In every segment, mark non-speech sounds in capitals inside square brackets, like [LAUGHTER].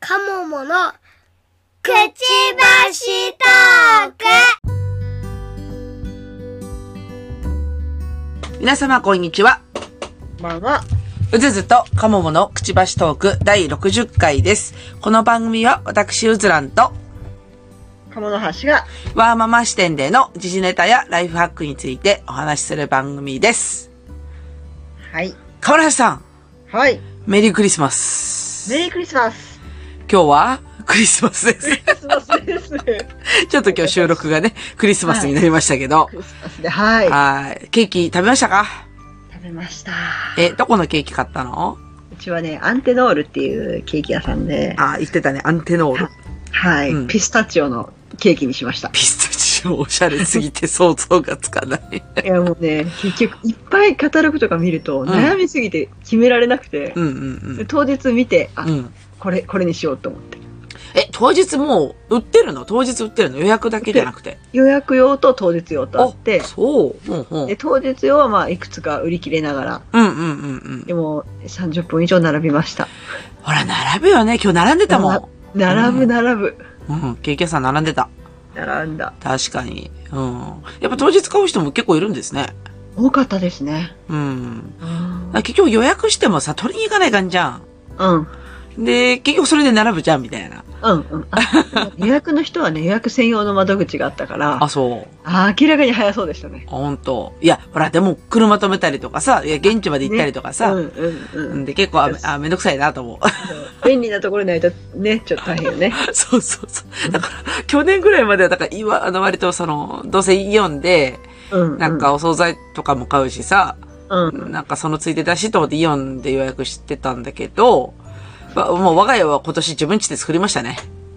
カモモのくちばしトーク皆様、こんにちは。まあまあうずずとカモモのくちばしトーク第60回です。この番組は私、うずらんと、カモの橋がワーママ視点での時事ネタやライフハックについてお話しする番組です。はい河村さん、はいメリークリスマス。メリークリスマス今日は [LAUGHS] クリスマスです。クリスマスですクちょっと今日収録がね、クリスマスになりましたけど。リスマスで [LAUGHS] はいはい。ケーキ食べましたか食べましたえ、どこのケーキ買ったのうちはねアンテノールっていうケーキ屋さんであ、言ってたね。アンテノール。はい、うんピスタチオのケーキにしまし [LAUGHS] たピスタチオおしゃれすぎて想像がつかない。いやもうね結局いっぱいカタログとか見るとん悩みすぎて決められなくて、うんうん当日見てあ、うん。うん。これこれにしようと思ってえ、当日もう売ってるの当日売ってるの予約だけじゃなくて。予約用と当日用とあってそう。うんうん。で当日用はまあいくつか売り切れながらうんうんうんうん。でも30分以上並びましたほら、並ぶよね。今日並んでたもん。並うぶん並ぶ、うん。ケーキ屋さん並んでた。並んだ確かに。うん。やっぱ当日買う人も結構いるんですね。多かったですねうん。うんあ結局予約してもさ、取りに行かないかんじゃうんん。で、結局それで並ぶじゃん、みたいな。うん [LAUGHS] あ予約の人はね予約専用の窓口があったからあ、そう。あ明らかに早そうでしたねあほんと。いや、ほら、でも車止めたりとかさ、いや、現地まで行ったりとかさ。うんうんううんんで、結構あ、あ、めんどくさいなと思う。便利なところにないとねちょっと大変よね [LAUGHS] そうそうそう。だから、去年ぐらいまでは、だから、いわ、あの、割とその、どうせイオンで、うん、うん、なんかお惣菜とかも買うしさ、うんなんかそのついでだしと思ってイオンで予約してたんだけど、わもう我が家は今年自分家で作りましたね。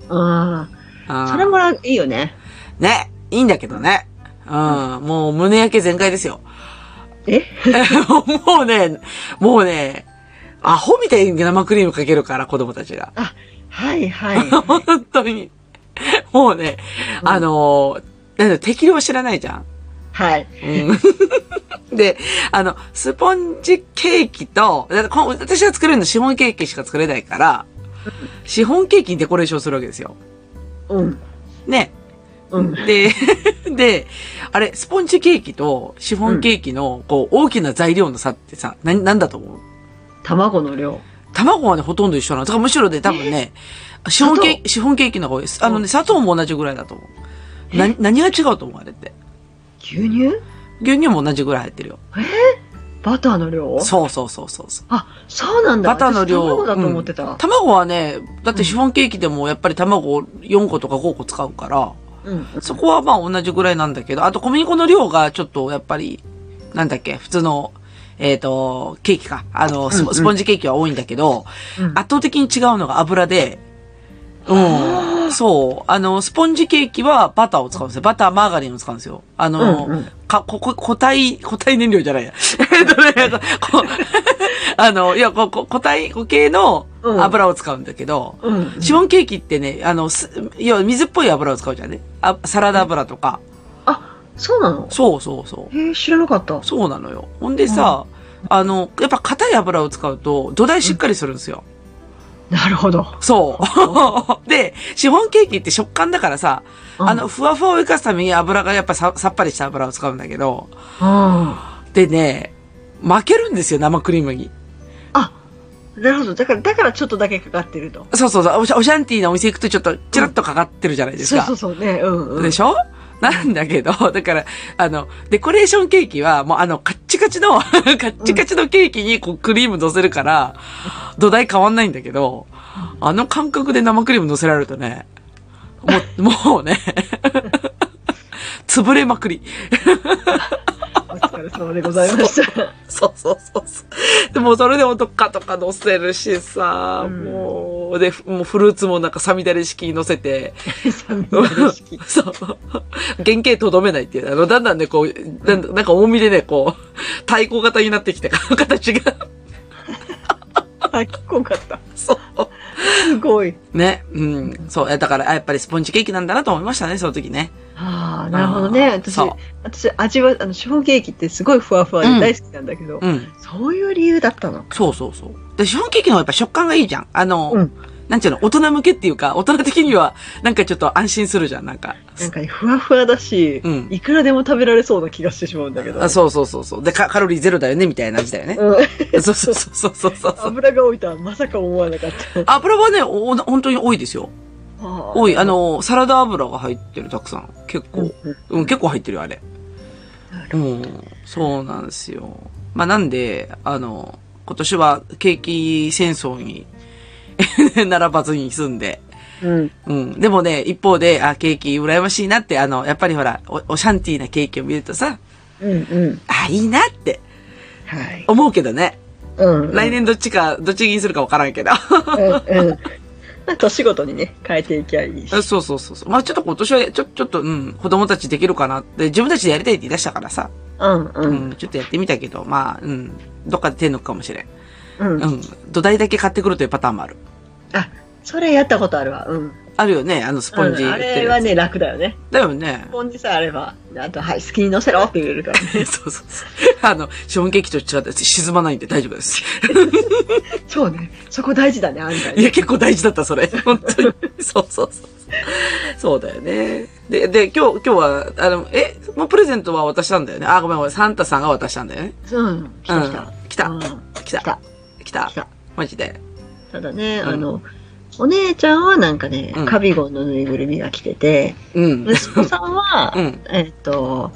あうあんそれもらいいよねね、いいんだけどね。うん、もう胸焼け全開ですよ。 [LAUGHS] えもうね、もうね、アホみたいに生クリームかけるから、子供たちが。は [LAUGHS] いはいは本当に。もうね、うんあのー、なんだろう適量知らないじゃん。い、うん [LAUGHS] で、あの、スポンジケーキと、だってこん私が作れるのシフォンケーキしか作れないから、シフォンケーキにデコレーションするわけですよ。うんね。うんで、 [LAUGHS] で、あれ、スポンジケーキとシフォンケーキの、こう、大きな材料の差ってさ、な、なんだと思う卵の量卵はね、ほとんど一緒なの。だからむしろね、多分ね、シフォンケー砂キ、シフォンケーキの方です。あのうね、砂糖も同じぐらいだと思う。な、何が違うと思うあれって。牛乳牛乳も同じぐらい入ってるよ。バターの量そうそうそうそうそう。あ、そうなんだ。バターの量私卵だと思ってた。卵はね、だってシフォンケーキでもやっぱり卵を4個とか5個使うから、うん。そこはまあ同じぐらいなんだけど、あと小麦粉の量がちょっとやっぱり、なんだっけ、普通の、えっ、と、ケーキか。あの、スうんうポんスポンジケーキは多いんだけど、うん圧倒的に違うのが油で、うん。そう。あの、スポンジケーキはバターを使うんですよ。バター、マーガリンを使うんですよ。あの、うんうんか、こ、こ、固体、固体燃料じゃないや。 [LAUGHS] えっとね、こあの、いや、こ、こ固体、固形のうん油を使うんだけど、うん。シフォンケーキってね、あの、すいや、水っぽい油を使うじゃんね。あ、サラダ油とか。あ、そうなのそうそうそう。へえ、知らなかった。そうなのよ。ほんでさ、あの、やっぱ硬い油を使うと、土台しっかりするんですよ。なるほど。そう。 [LAUGHS] で、シフォンケーキって食感だからさ、うんあの、、ふわふわを生かすために油がやっぱささっぱりした油を使うんだけど、うん。でね、負けるんですよ、生クリームに。あ、なるほど。だから、だからちょっとだけかかってると。そうそうそう、おしゃおシャンティーなお店行くとちょっとチラッとかかってるじゃないですそうか。そうそうね。うんうん。でしょなんだけど、 [LAUGHS] だから、あの、デコレーションケーキは、もうあの、カッチカチの、 [LAUGHS] カッチカチのケーキにこうクリーム乗せるから、土台変わんないんだけど、あの感覚で生クリーム乗せられるとね、もう、もう [LAUGHS] ね、潰れまくり。お疲れ様でございました。そうそうそうそう。でもそれでもどっかとか乗せるしさ、うんもう、で、もうフルーツもなんかサミダレ式に乗せて、 [LAUGHS] サミダレ式 [LAUGHS] そう。原型とどめないっていう。あの、だんだんね、こう、なんなんか重みでね、こう、太鼓型になってきて、形が。あ、結構かった。そう。すごい。ね。うん。そう。えだから、あやっぱりスポンジケーキなんだなと思いましたね、その時ね。ああ、なるほどね。私そう、私、味は、あの、シフォンケーキってすごいふわふわうんで大好きなんだけど、うん。そういう理由だったの。そうそうそう。で、シフォンケーキの方がやっぱ食感がいいじゃん。あの、うんなんちゅうの、大人向けっていうか、大人的には、なんかちょっと安心するじゃん、なんか。なんかね、ふわふわだし、うんいくらでも食べられそうな気がしてしまうんだけど。あそうそうそうそう。で、カカロリーゼロだよね、みたいな味だよね。うん。 [LAUGHS] そうそうそうそうそうそう。油が置いたまさか思わなかった。油はね、おお本当に多いですよ。多多い。あ、の、サラダ油が入ってる、たくさん。結うん構。うん、結構入ってるよ、あれ。うん、そうなんですよ。まあ、なんで、あの、今年はケーキ戦争に [LAUGHS] 並ばずに済んで。うん。うん。でもね、一方で、あ、ケーキ羨ましいなって、あの、やっぱりほら、お、おシャンティーなケーキを見るとさ、うんうん。あ、いいなってはい。思うけどね。うん。来年どっちか、どっちにするかわからんけど。うんうん。 [LAUGHS] まあ、年ごとにね、変えていきゃいいし。あ [LAUGHS] そうそうそうそう。まあちょっと今年は、ちょ、ちょっと、うん、子供たちできるかなって、自分たちでやりたいって言い出したからさ、うんう。うんん、ちょっとやってみたけど、まあ、うん、どっかで手抜くかもしれん。うんう。ん、土台だけ買ってくるというパターンもある。あ、それやったことあるわ。うん。あるよね、あのスポンジうん売あってれるはやつ。ね、楽だよね。だよね [LAUGHS] ス。ポンジさえあれば、あと、はい、好きに乗せろって言える [LAUGHS] からね。そうそうそう。あの、ショーンケーキと違って沈まないんで大丈夫です。そうね。そこ大事だね、案外いや、ね。結構大事だった、それ。本当に。そうそうそう。そうだよね。で、で、今日、今日は、あの、え、もうプレゼントは渡したんだよね。あ、ごめんごめん、サンタさんが渡したんだよね。うん。来た来た。うん。来た。うん来来た。た。来た来。た。マジで。ただね、うんあの、お姉ちゃんはなんかねうん、カビゴンのぬいぐるみが来てて、 [LAUGHS] うん。息子さんはう、ん。えっと、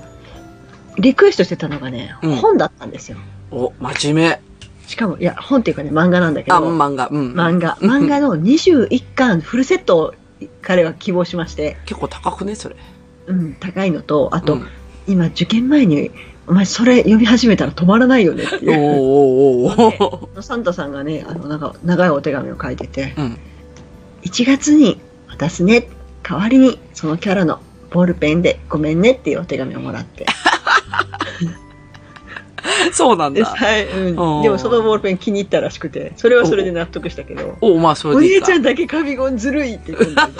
リクエストしてたのがね、うん本だったんですよ。お、真面しかも、いや、本っていうかね、漫画なんだけ目。あ、ど、漫画。うん。漫画。漫画の21巻フルセットを彼は希望しまして、結構高くね、それ。うん、高いのと、あと、うん今、受験前に、お前、それ読み始めたら止まらないよねっておーいう。おーおーサンタさんがね、あの、なんか、長いお手紙を書いてて、うん1月に渡すね、代わりに、そのキャラのボールペンでごめんねっていうお手紙をもらって。そうなんでだ。はい、うんおーでもそのボールペン気に入ったらしくて、それはそれで納得したけど、お、まあ、そおれでいい姉かち。ゃんだけカビゴンずるいって言ってんだけど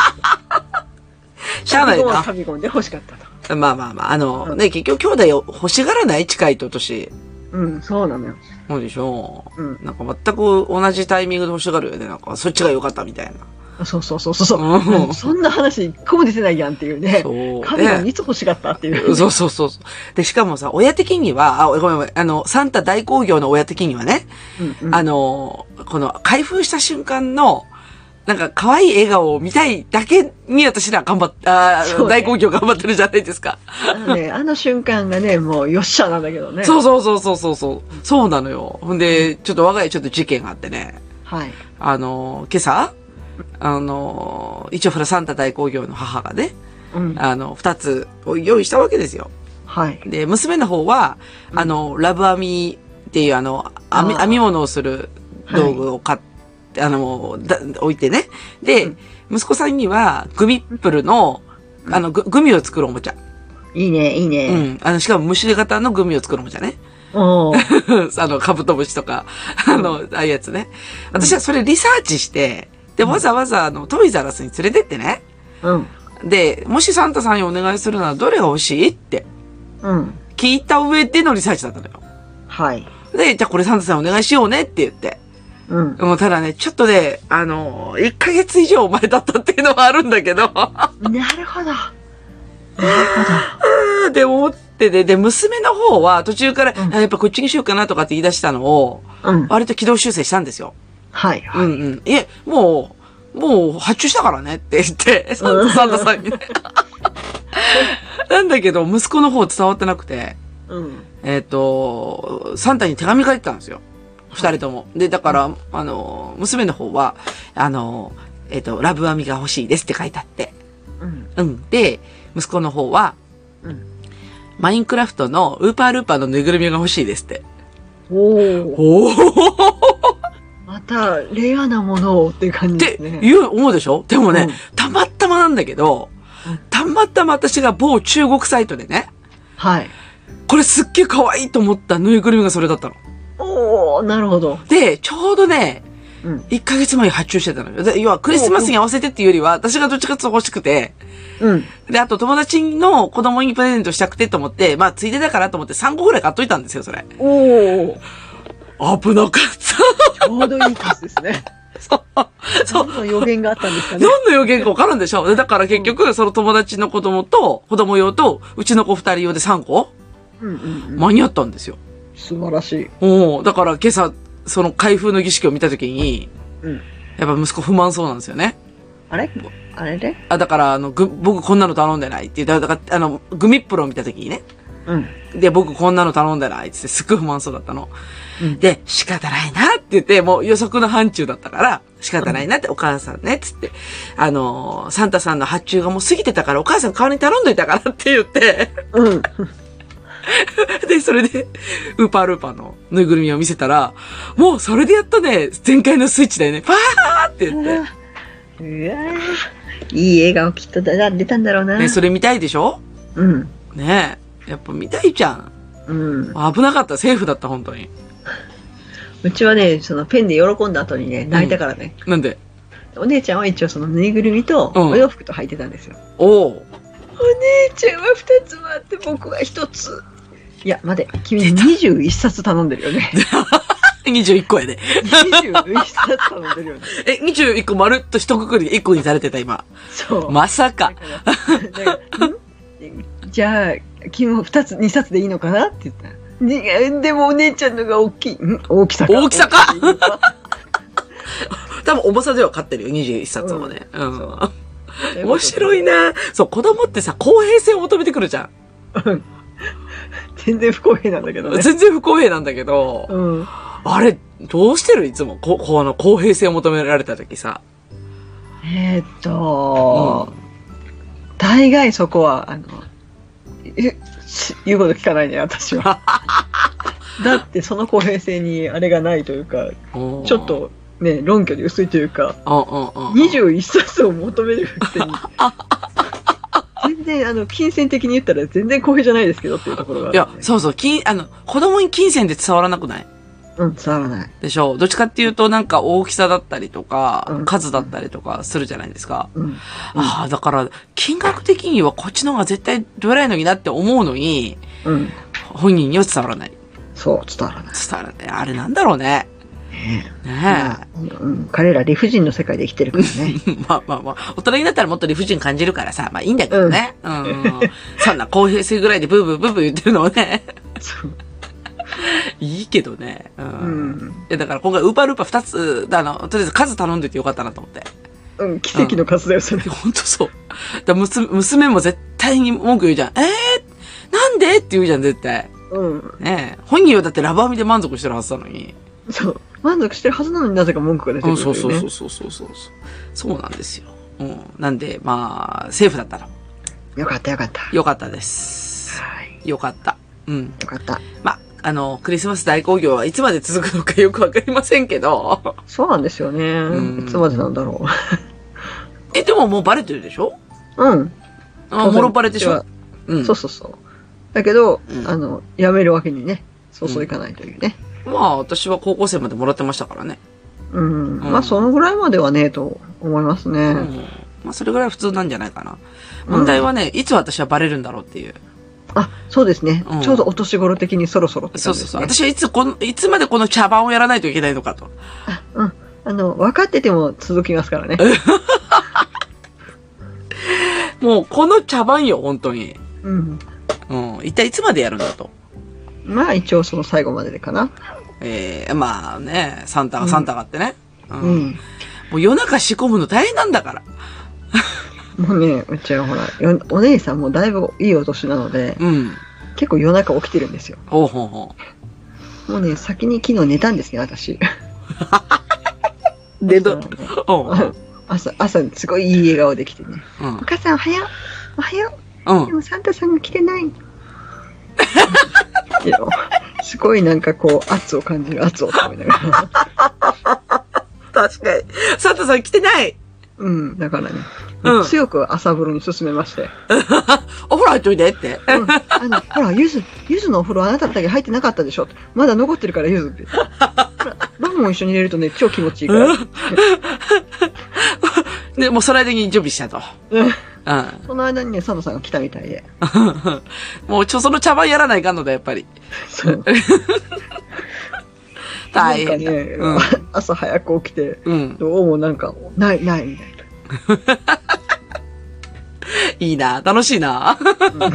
[LAUGHS] しゃあカなビいゴンはカな。ビゴンで欲しかったと。まあまあまあ、あうの、んね、結局兄弟を欲しがらない近いと年。うん、そうなのよ。そうでしょう。うん。なんか全く同じタイミングで欲しがるよね。なんか、そっちが良かったみたいな。そうそうそうそう。ううんん、そんな話一個も出てないやんっていうね。そう。カビゴンねいつ欲しかったっていう。そうそうそうそう。で、しかもさ、親的には、あ、ごめんごめん、あの、サンタ大興行の親的にはね、うんうんあの、この開封した瞬間の、なんか可愛い笑顔を見たいだけに私ら頑張っ、あーそうね大興行頑張ってるじゃないですか。あのね、あの瞬間がね、もうよっしゃなんだけどね。そうそうそうそうそうそう。そうなのよ。ほんで、ちょっと我が家ちょっと事件があってね。はい。あの、今朝、あの、一応フラサンタ大興行の母がね、うん。あの、二つを用意したわけですよ。はい。で、娘の方は、うんあの、ラブ編みっていうあの、編み、あー編み物をする道具を買って、あの、だ置いてね。で、うん息子さんには、グミップルの、うんあの、ググミを作るおもちゃ。いいね、いいうね。ん。あの、しかも虫型のグミを作るおもちゃね。 [LAUGHS] おーあの、カブトムシとか、あの、ああいうやつね。私はそれリサーチして、で、うんわざわざ、あの、トイザラスに連れてってね。うん。で、もしサンタさんにお願いするならどれが欲しいってうん。聞いた上でのリサーチだったのよ。はい。で、じゃあこれサンタさんお願いしようねって言って。うん。もうただね、ちょっとね、あの、1ヶ月以上前だったっていうのはあるんだけど、 [LAUGHS] なるほど。で、思ってで、で、娘の方は途中から、うんあやっぱこっちにしようかなとかって言い出したのを、うん。割と軌道修正したんですよ。はい。うんうん。いえ、もう、もう発注したからねって言って、サンうタんサンタさ [LAUGHS] んにね。なんだけど、息子の方伝わってなくて、うん。えっ、と、サンタに手紙書いてたんですよ。二人とも。で、だから、あの、娘の方は、あの、えっ、と、ラブ編みが欲しいですって書いてあって。うん。うん。で、息子の方は、うん。マインクラフトのウーパールーパーのぬいぐるみが欲しいですって。おー。おーまた、レアなものをっていう感っじてですね。言う、思うでしょでもね、うんたまたまなんだけどうん、たまたま私が某中国サイトでね、はい。これすっげえ可愛いと思ったぬいぐるみがそれだったの。おー、なるほど。で、ちょうどね、うん。 1ヶ月前に発注してたのよ。で要はクリスマスに合わせてっていうよりは、私がどっちかっていうと欲しくて、うん。で、あと友達の子供にプレゼントしたくてと思って、まあついでだからと思って3個ぐらい買っといたんですよ、それ。おー、危なかっちょうどいい数ですね。 [LAUGHS] [LAUGHS] た。そう。そう何の予言があったんですかね。何の予言か分からんでしょでだから結局、その友達の子供と、子供用と、うちの子二人用で3個うんうんうん、間に合ったんですよ。素晴らしい。おだから今朝、その開封の儀式を見たときに、うんやっぱ息子不満そうなんですよね。あれあれれあ、だから、あの、ぐ、僕こんなの頼んでないって言った、だから、あの、グミップロを見たときにね。うん。で、僕こんなの頼んでないって言って、すっごい不満そうだったの。うんで、仕方ないなって言って、もう予測の範疇だったから、仕方ないなって、お母さんね、つって、あのーサンタさんの発注がもう過ぎてたから、お母さん代わりに頼んどいたからって言って、 [LAUGHS] うん。で、それで、ウーパールーパーのぬいぐるみを見せたら、もうそれでやっとね、全開のスイッチだよね、パーって言って。うわーいい笑顔きっとだ出たんだろうな。ね、それ見たいでしょうん。ねえ。やっぱ見たいじゃん。うん。危なかった、セーフだった、本当に。うちはね、そのペンで喜んだ後にね、泣いたからね。なんで、お姉ちゃんは一応そのぬいぐるみとうんお洋服と履いてたんですよ。おうお姉ちゃんは二つもあって僕は一つ。いや、待て。君21冊頼んでるよね。 [LAUGHS] 21個やで。 21冊頼んでるよね。え、21個まるっと一括りで1個にされてた、今。そう。まさか。 [LAUGHS] だからんじゃあ君も2つ2冊でいいのかなって言ったらにでもお姉ちゃんのが大きいん大きさか大きさか大きさか多分重さでは勝ってるよ、21冊もね。うん。そう面白いなそう、子供ってさ、公平性を求めてくるじゃん。全然不公平なんだけどね、全然不公平なんだけど、うん、あれ、どうしてるいつも、こ、この公平性を求められた時さ。えーっと、大概そこはあのえし言うこと聞かないね [LAUGHS] 私はだってその公平性にあれがないというかうんちょっ、とね論拠で薄いというかうんうんうん。 21冊を求めるく [LAUGHS] せに全然あの金銭的に言ったら全然公平じゃないですけどっていうところがあいやる、ねそうそう、金、あの、子供に金銭って伝わらなくないうん伝わらない、でしょどっちかっていうと、なんか大きさだったりとうかん、数だったりとかするじゃないですか。うん、ああ、だから、金額的にはこっちの方が絶対どれらいのになって思うのに、うん本人には伝わらない。そう伝わらない伝わらない。あれなんだろうね。ねねえ。 [LAUGHS] まあうん、彼ら理不尽の世界で生きてるからねまあまあまあ、大人になったらもっと理不尽感じるからさ、まあいいんだけどね。うん。 [LAUGHS] そんな公平性ぐらいでブーブーブーブー言ってるのはね、そう、いいけどね。うん。うんいやだから今回ウーパールーパー2つ、あの、とりあえず数頼んでてよかったなと思って。うん、奇跡の数だよそれいや、ほんとそう。だ娘娘も絶対に文句言うじゃん。えー、なんでって言うじゃん、絶対。うんねえ。本人はだってラバー見で満足してるはずなのに。そう満足してるはずなのになぜか文句が出てくうるん、といそうそうねそうそうそうそう。そうなんですよ。うん。なんで、まあ、セーフだったら。よかったよかったよかったです。はいよかった。うん。よかったまあ、あの、クリスマス大興行はいつまで続くのかよくわかりませんけど。そうなんですよね、うんいつまでなんだろえ、でももうバレてるでしょううんあ、もろバレでしょうんそう。そうそう。だけど、うんあの、やめるわけにね、そうそういかないというね。まあ、私は高校生までもらってましたからね。うん。うんまあ、そのぐらいまではね、と思いますね。うん。まあ、それぐらい普通なんじゃないかな。うん問題はね、いつ私はバレるんだろうっていう。あ、そうですね、うんちょうどお年頃的にそろそろってそ感うそうじですそう。ね。私はいつこの、いつまでこの茶番をやらないといけないのかと。うん。あの、分かってても続きますからね。もう、この茶番よ、本当に。うん。うん。一体いつまでやるんだと。まあ、一応その最後まででかな。ええまあね、サンタうが、んサンタがあってね。う。うんん。もう夜中仕込むの大変なんだから。もうね、うちはほら、よお姉さんもだいぶいいお年なので、うん。結構夜中起きてるんですよ。ほうほうほもうね、先に昨日寝たんですね、私。 [LAUGHS] う。で、ど、そうお [LAUGHS] う朝、朝、すごいいい笑顔できてね。うんお。母さんおはようおはようんうで。もサンタさんが来てない [LAUGHS] いやすごいなんかこう圧を感じる圧をって思いながら [LAUGHS] 確かに。サンタさん来てない。うんだからね、うん強く朝風呂に進めまして、お風呂入っといてって。うんあのほらゆずゆずのお風呂あなただけ入ってなかったでしょまだ残ってるからゆずってほらラムも一緒に入れるとね超気持ちいいから、で、もうその間に準備したと。うんうん。 [LAUGHS] [LAUGHS] その間にねサンタさんが来たみたいでもうちょ、その茶番やらないかんのだ、やっぱり。そう大変だ。なんかね、うん朝早く起きて、うん。どうもなんか、ない、ない、みたいいいな。楽しいな。な。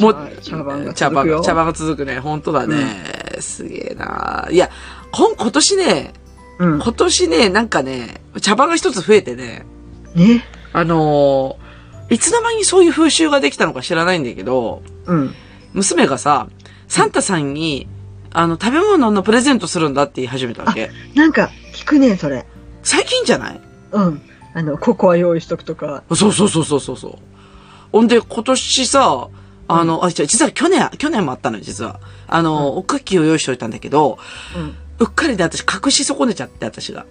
もう茶茶番が茶続番くよ。が、茶番が続くね。本当だね。すげえな。いや、こん、今年ね、うん。今年ね、なんかね、茶番が一つ増えてね、ね。あのーいつの間にそういう風習ができたのか知らないんだけど、うん。娘がさ、サンタさんに、あの、食べ物のプレゼントするんだって言い始めたわけ。なんか、聞くね、それ。最近じゃないうん。あの、ココア用意しとくとか。そうそうそうそうそうそう。ほんで、今年さ、あの、あ、じゃあ実は去年、去年もあったのよ、実は。あの、おかきを用意しといたんだけど、うん。うっかりで私隠し損ねちゃって、私が。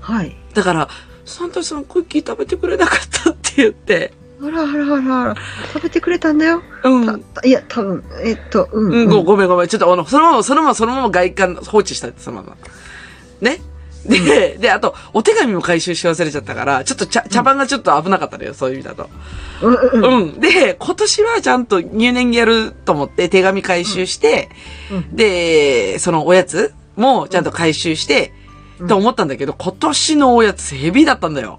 はい。だから、サンタさんクッキー食べてくれなかったって言って。あらあらあらあら。食べてくれたんだよ。うたん。たいや、多分えっと、うん。うん、うごんごめんごめん。ちょっとあの、そのまま、そのまま、そのまま外観放置したって、そのまま。ね。で、で、あと、お手紙も回収し忘れちゃったから、ちょっと茶、茶番がちょっと危なかったのよ、そういう意味だと。うんうん。うん。で、今年はちゃんと入念にやると思って手紙回収して、うんうんで、そのおやつもちゃんと回収して、うんと思ったんだけど、今年のおやつヘビーだったんだ [LAUGHS] よ。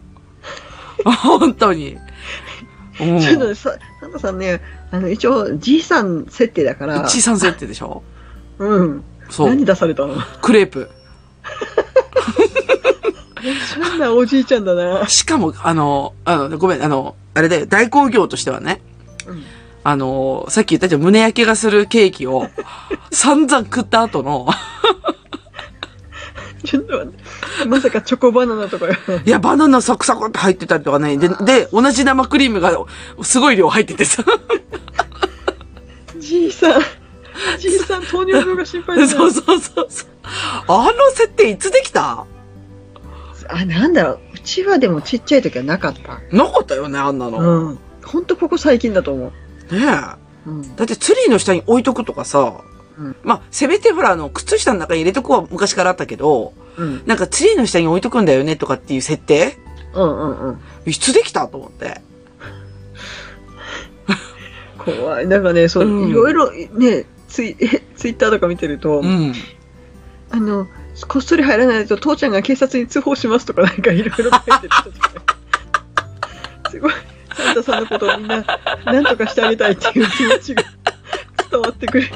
本当に。うん。ちょっとねさ、サンタさんね、あの、一応、じいさん設定だから、 1、3設定でしょうん。そう何。出されたの [LAUGHS] クレープ。そんなおじいちゃんだな。しかも、あの、あの、ごめん、あの、あれだよ、大工業としてはね、うんあの、さっき言ったじゃん胸焼けがするケーキを、散々食った後の、ちょっと待って。まさかチョコバナナとかよ。いや、バナナサクサクって入ってたりとかね。で、で、同じ生クリームがすごい量入っててさ。じいさん。じいさん、糖尿病が心配だ [LAUGHS] なそうそうそうそう。あの設定いつできたあ、なんだろう。うちはでもちっちゃい時はなかった。なかったよね、あんなの。ねうん。ほんとここ最近だと思う。え。だうん。ってツリーの下に置いとくとかさ。うんまあ、せめてほら、あの、靴下の中に入れとくは昔からあったけど、うん。なんかツリーの下に置いとくんだよねとかっていう設定うんうんうん。いつできたと思って。怖い。なんかね、そう、うんいろいろ、ね、ツイ、 [LAUGHS] ツイッターとか見てると、うん。あの、こっそり入らないと父ちゃんが警察に通報しますとかなんかいろいろ書いてる人とか。すごい。サンタさんのことをみんな、なんとかしてあげたいっていう気持ちが伝わって [LAUGHS] くる。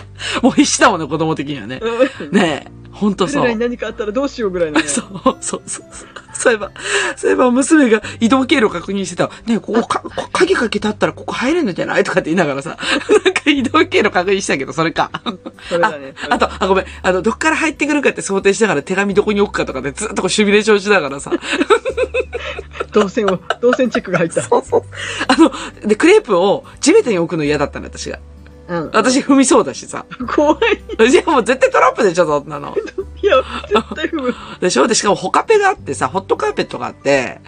もう必死だもんね、子供的にはね。うんねえ。ほんとそう。彼らに何かあったらどうしようぐらいのね。そう、そう、そう。そういえば、そういえば娘が移動経路を確認してた。ねえここか、こ鍵かけてあったらここ入れんのじゃないとかって言いながらさ、なんか移動経路確認してたけど、それか。それだね。あと、あ、ごめん、あの、どっから入ってくるかって想定しながら手紙どこに置くかとかでずっとこうシミュレーションしながら [LAUGHS] さ、動線を、動線チェックが入った。そうそう。あの、で、クレープを地べたに置くの嫌だったの、私が。うん。私踏みそうだしさ。怖い。いや、もう絶対トラップでしょ、そんなの。いや、絶対踏む。でしょで、しかもホカペがあってさ、ホットカーペットがあって、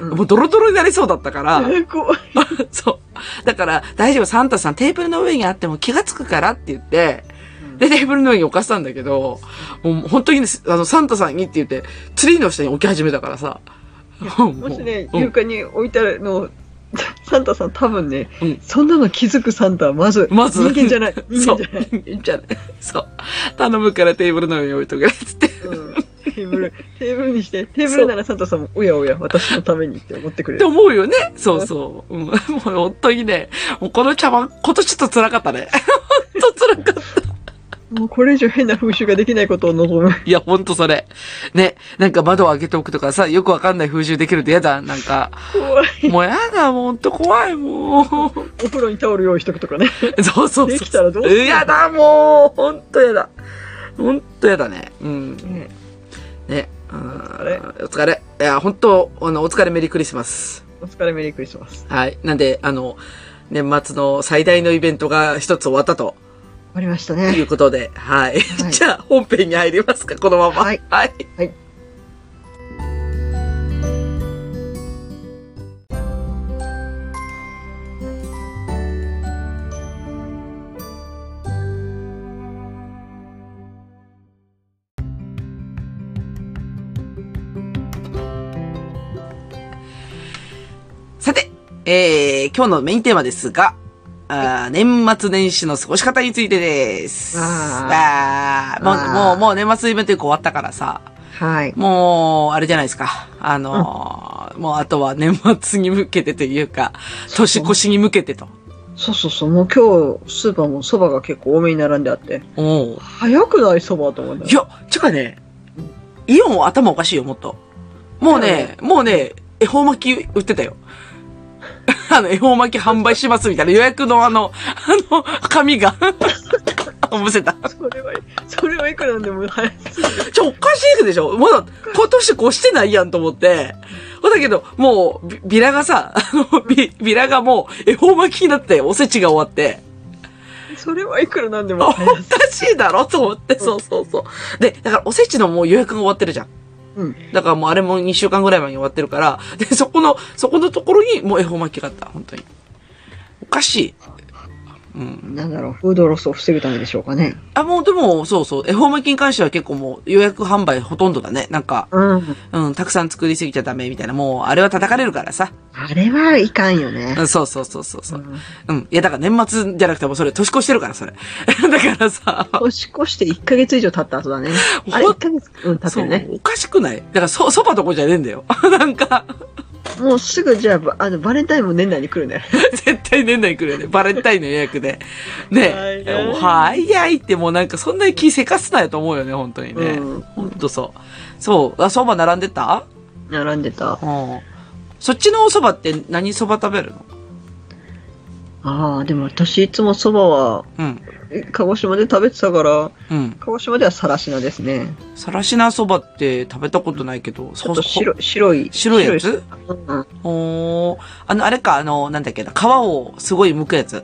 うんうもうドロドロになりそうだったから、ん。怖い。 [LAUGHS] そう。だから、大丈夫、サンタさん、テーブルの上にあっても気がつくからって言って、で、テーブルの上に置かせたんだけど、もう本当にね、あの、サンタさんにって言って、ツリーの下に置き始めたからさ。も [LAUGHS] もしね、うん床に置いてあるのを、サンタさん多分ね、うんそんなの気づくサンタはまず、まず人間じゃ [LAUGHS] ない。人そう間じゃない。。いいんじゃないそう。頼むからテーブルの上に置いとけっつって。うんテーブル、テーブルにして、テーブルならサンタさんも、おやおや、私のためにって思ってくれってる。思うよね。そうそう。うん。もう本当にね、もうこの茶番、今年ちょっと辛かったね。 [LAUGHS] 本当辛かった。もうこれ以上変な風習ができないことを望む。いや、ほんとそれ。ね。なんか窓を開けておくとかさ、よくわかんない風習できると嫌だ。なんか。怖い。もうやだ、もうほんと怖い、も [LAUGHS] う。お風呂にタオル用意しとくとかね。そうそうそう。できたらどうするやだ、もう。ほんとやだ。ほんとやだね。うん。ねね。うんお疲れお疲れ。いや、ほんと、あの、お疲れメリークリスマス。お疲れメリークリスマス。はい。なんで、あの、年末の最大のイベントが一つ終わったと終わりましたいね。うことで、はい。はいじゃあ、本編に入りますか、このまま。はい。はい。はいさて、えー、今日のメインテーマですが、あー年末年始の過ごし方についてです。ああーもうあーもう、もう年末イベント一個終わったからさ、はい。もう、あれじゃないですか。あのーもうあとは年末に向けてというか、年越しに向けてと。そうそうそう。もう今日、スーパーも蕎麦が結構多めに並んであって、おう早くない蕎麦と思うんだいや、ちかね、イオンは頭おかしいよ、もっと。もうね、もうね、恵方巻き売ってたよ。 [LAUGHS] あの、恵方巻き販売しますみたいな予約のあの、あの、紙が。 [LAUGHS] あ、むせた。それはい、それはいくらなんでも早い。ちょ、おかしいでしょまだ、今年越してないやんと思って。ほんだけど、もうビ、ビラがさ、あの、ビ、ビラがもう、恵方巻きになって、おせちが終わって。 [LAUGHS] それはいくらなんでおもか早い。しいだろと思って、そうそうそう。で、だからおせちのもう予約が終わってるじゃん。うん。だからもうあれも2週間ぐらい前に終わってるから、で、そこの、そこのところにもう恵方巻きがあった、本当に。おかしい。うん。なんだろう、フードロスを防ぐためでしょうかね。あ、もうでも、そうそう、恵方巻きに関しては結構もう予約販売ほとんどだね。なんか、うん。うん、たくさん作りすぎちゃダメみたいな、もうあれは叩かれるからさ。あれはいかんよねう。んそうそうそうそうそうう。んうん。いや、だから年末じゃなくてもうそれ年越してるから、それ。 [LAUGHS] だからさ。年越して1ヶ月以上経った後だね。あれほん1ヶ月、うん、経ってるね。そう、おかしくないだから、そ、そばとこじゃねえんだよ。 [LAUGHS] なんか、もうすぐじゃあば、あの、バレンタインも年内に来るね。絶対年内来るよね。バレンタインの予約で。ねはいえ、おはいやいってもうなんかそんなに気せかすなよと思うよね、本当にね。うんほんとそう。そう、あ、そば並んでた並んでた。うん。そっちのお蕎麦って何蕎麦食べるのああ、でも私いつも蕎麦は、うん。え鹿児島で食べてたから、うん。鹿児島ではさらしなですね。さらしな蕎麦って食べたことないけど、ちそょっと白い、白い。白いやつ白いうん。おーあの、あれか、あの、なんだっけな、皮をすごい剥くやつ。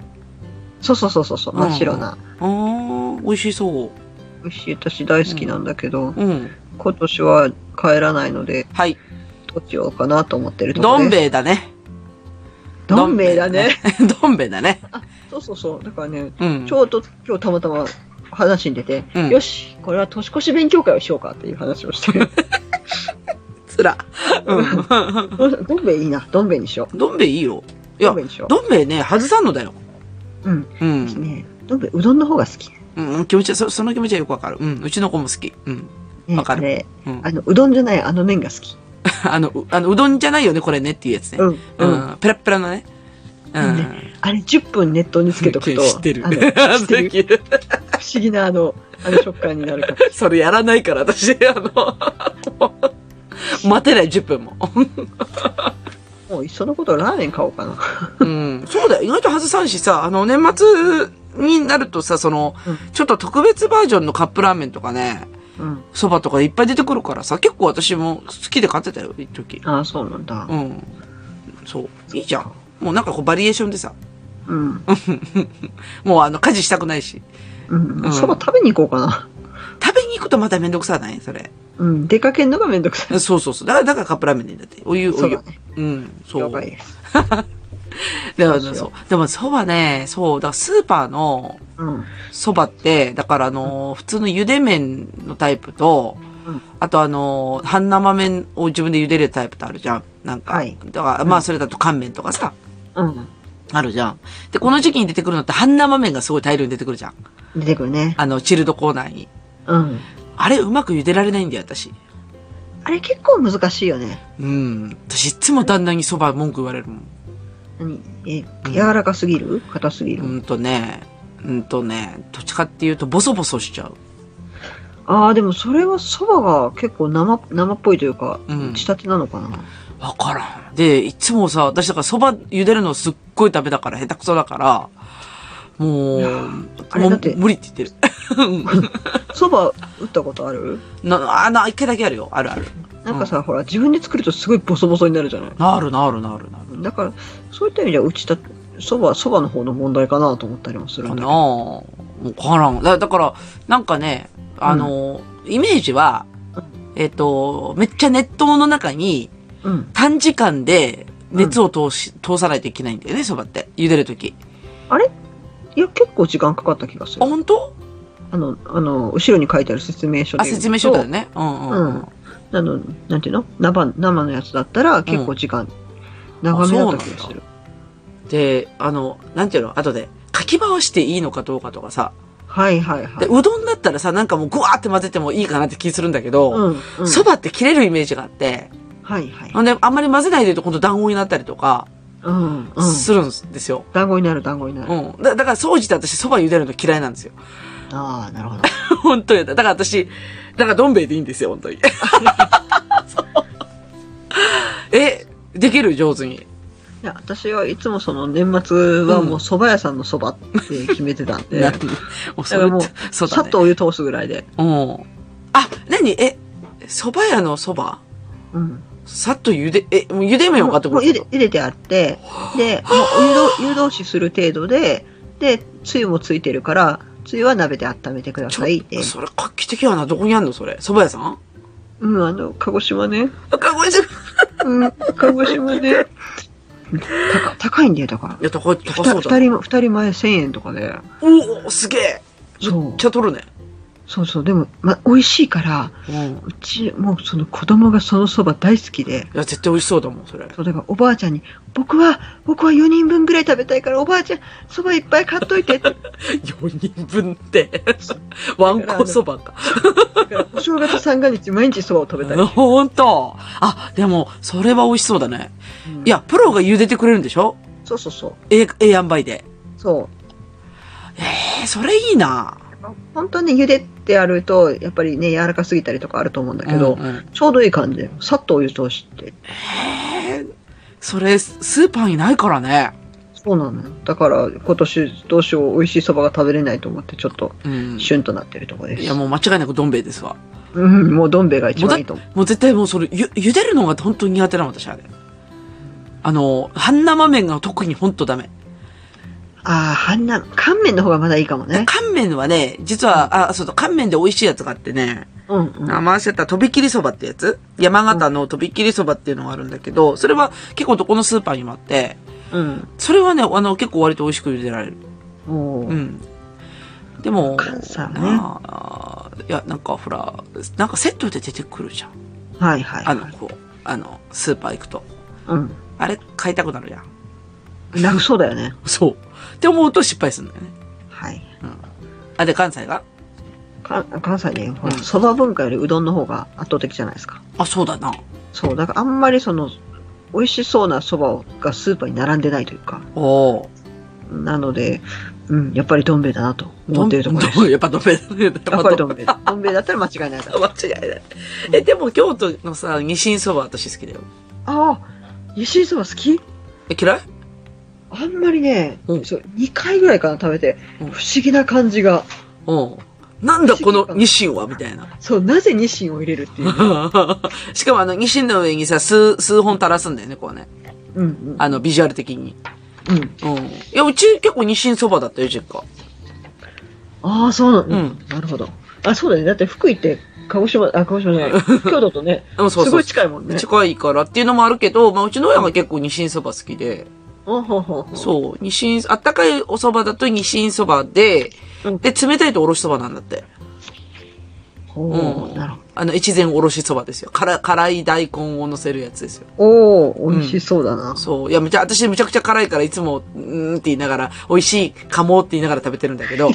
そうそうそうそうそう、真っ白な。あー、美味しそ美味しい、私大好きなんだけど、う。うん。今年は帰らないので、はい。どっちをかなと思ってるとこどろんです。兵衛だね。どん兵衛だね。。どん兵衛 [LAUGHS] だね。 [LAUGHS] そうそうそう。だからね、うんち。ょうど今日たまたま話に出て、うんよし、これは年越し勉強会をしようかっていう話をして、 [LAUGHS] つら。うん。どん兵衛いいな、どん兵衛にしよう。どん兵衛いいよ。いどやん兵衛、にしよどん兵衛ね、外さんのだよ。う。うん。うん。ねどん兵衛、うどんの方が好き。うん、気持ちは、そその気持ちはよくわかる。うん。うちの子も好き。うん。ねわかるあれうんあの、うどんじゃない、あの麺が好き。あの、うあの、うどんじゃないよね、これねっていうやつね。うん。うん。うん。ペラッペラのね。ううんね。あれ、10分熱湯につけとくと、知ってる。あの [LAUGHS] 知ってる知ってる不思議なあの、あの食感になるから。 [LAUGHS] [LAUGHS] それやらないから、私、 [LAUGHS] あの、待てない、10分 [LAUGHS] も。もう、いっそのことラーメン買おうかな。うん、そうだよ。意外と外さんしさ、あの、年末になるとさ、その、うんちょっと特別バージョンのカップラーメンとかね、うん。蕎麦とかいっぱい出てくるからさ、結構私も好きで買ってたよ、一時。ああ、そうなんだう。ん。そう。いいじゃん。もうなんかこうバリエーションでさ、うん。もうあの、家事したくないし。うんう。んそば食べに行こうかな。食べに行くとまためんどくさないそれ。うん。出かけるのがめんどくさい。そうそうそう。だから、だからカップラーメンでだって。お湯、おそう湯だ。ね。うん、そう。了解です。でもそうしそよう。でも蕎麦ね、そう、だからスーパーのうん。蕎麦って、だからあのー、普通の茹で麺のタイプと、うんあとあのー、半生麺を自分で茹でるタイプってあるじゃん。なんか。はいだから、まあそれだと乾麺とかさ、うん。あるじゃん。で、この時期に出てくるのって半生麺がすごい大量に出てくるじゃん。出てくるね。あの、チルドコーナーに。うん。あれ、うまく茹でられないんだよ、私。あれ結構難しいよね。うん。私、いつも旦那に蕎麦文句言われるもん。何え、柔らかすぎる硬すぎる、うんとね、うんとね、どっちかっていうと、ボソボソしちゃう。ああ、でもそれは蕎麦が結構生、生っぽいというか、うん仕立てなのかな。わからん。で、いつもさ、私だから蕎麦茹でるのすっごいダメだから、下手くそだから、もう、あれもだっうて無理って言ってる。 [LAUGHS] うん蕎麦打ったことあるな、あの、一回だけあるよ。あるある。なんかさ、ほら、自分で作るとすごいボソボソになるじゃないなるなるなるなる。だから、そういった意味では、うちだ、蕎麦、蕎麦の方の問題かなと思ったりもするかんだなけぁ。ど。もうわからん。だだから、なんかね、あの、イメージは、えっ、と、めっちゃ熱湯の中にうん。短時間で熱を通し、通さないといけないんだよね、蕎麦って。茹でるとき。いや、結構時間かかった気がすあ、る。本当あの、あの、後ろに書いてある説明書であ、言うと。説明書だよね。うんうん。うんうんあの、なんていうの生、生のやつだったら結構時間、長めだった気がする。で、あの、なんていうの後で、かき回していいのかどうかとかさ。はいはいはで、い。うどんだったらさ、なんかもうグワーって混ぜてもいいかなって気するんだけど、ん、うん。そば、って切れるイメージがあって、はいはい。ほんで、あんまり混ぜないで言うと、今度団子になったりとか、うん、うん。するんですよ。団子になる団子になる。うん。だだから、掃除って私、そば茹でるの嫌いなんですよ。 [LAUGHS] ああ、なるほど。本当に。だから私、だから、どん兵衛でいいんですよ、本 [LAUGHS] 当に。そうえ、できる上手に。いや、私はいつもその年末はもう蕎麦屋さんの蕎麦って決めてたん [LAUGHS] で、なんでもうそれ [LAUGHS] だからもうそうさだっね。とお湯通すぐらいで。うん。あ、何え、蕎麦屋の蕎麦うん。さっと茹で、え、もう茹で麺を買ってこもう茹で茹でてあって、で、もうお湯ど湯通しする程度で、で、つゆもついてるから、つゆは鍋で温めてくだちさいってょ、。それ画期的やな。どこにあんのそれ。蕎麦屋さんうん、あの、鹿児島ね。あかごいじゃん。いうん、鹿児島ね。高高いんだよ、だから。や、高い、ふ高たそうだ二な。人も、二人前1000円とかで。おお、すげえ。そうち。ゃ取るね。そうそう。でも、ま、美味しいから、うん。いうち、もうその子供がその蕎麦大好きで、や、絶対美味しそうだもん、それ。そう、だからおばあちゃんに、僕は、僕は4人分ぐらい食べたいから、おばあちゃん、蕎麦いっぱい買っといてって。 4人分って。ワンコ蕎麦か。お正月三が日、毎日蕎麦を食べたい。ほんと。あ、でも、それは美味しそうだね。うんいや、、プロが茹でてくれるんでしょそうそうそう。ええ、ええ塩梅で。そう。えー、それいいな。本当に茹でてやると、やっぱりね、柔らかすぎたりとかあると思うんだけど、うんうんちょうどいい感じで、さっとお湯通して。えーそれ、スーパーにないからね。そうなのよ。だから、今年どうしよう、美味しい蕎麦が食べれないと思って、ちょっと、うん。シュンとなってるところです。いや、もう間違いなくどん兵衛ですわ。うん、もうどん兵衛が一番いいと思う。もう絶対もうそれ、ゆ、茹でるのが本当に苦手なの、私、あれ。あの、半生麺が特に本当ダメ。ああ、半生、乾麺の方がまだいいかもね。乾麺はね、実は、あ、そうそう、乾麺で美味しいやつがあってね、うん、うん。名前忘れた、とびきりそばってやつ山形のとびきりそばっていうのがあるんだけど、それは結構どこのスーパーにもあって、うん。それはね、あの、結構割と美味しく茹でられる。おーうん。でも、関西ねなあいや、なんかほら、なんかセットで出てくるじゃん。はいはい。あの、こう、あの、スーパー行くと。うん。あれ買いたくなるやん。なんかそうだよね。そう。って思うと失敗するんだよね。はい。あ、で、関西がか関西ね、ほら、うん蕎麦文化よりうどんの方が圧倒的じゃないですか。あ、そうだな。そう、だからあんまりその、美味しそうな蕎麦がスーパーに並んでないというか、おおなので、うん、やっぱりどん兵衛だなとー。思ってるところです。どんやっぱどんべだね。やっやっぱりどんべ。 [LAUGHS] 兵衛。どん兵衛だったら間違いないだろう。間違いない。え、でも京都のさ、ニシンそば私好きだよ。ああ、西井蕎麦好きえ、嫌いあんまりね、うんそう、2回ぐらいかな食べて、う不ん思議な感じが、うん。なんだこのニシンはみたいな。 [LAUGHS] そう、なぜニシンを入れるっていうね。しかもあの、ニシンの上にさ、数、数本垂らすんだよね、こうね。うん、うん。あの、ビジュアル的に。うん。うん。いや、うち結構ニシンそばだったよ、実家。ああ、そうなんだ。うんなるほど。あ、そうだね。だって福井って、鹿児島、あ、鹿児島じゃない、京都とね、うん、そうすそごうい。近いもんね。近いからっていうのもあるけど、まあ、うちの親が結構ニシンそば好きで、うんほうほうほうそう、ニシン、あったかいお蕎麦だとニシンそばでうん、で、冷たいとおろしそばなんだって。ほうなるほあの、越前おろしそばですよ。から、辛い大根を乗せるやつですよ。ど。おお美味しそうだな。そう。いや、めちゃ、私めちゃくちゃ辛いからいつも、うーんって言いながら、美味しいかもって言いながら食べてるんだけ [LAUGHS] ど。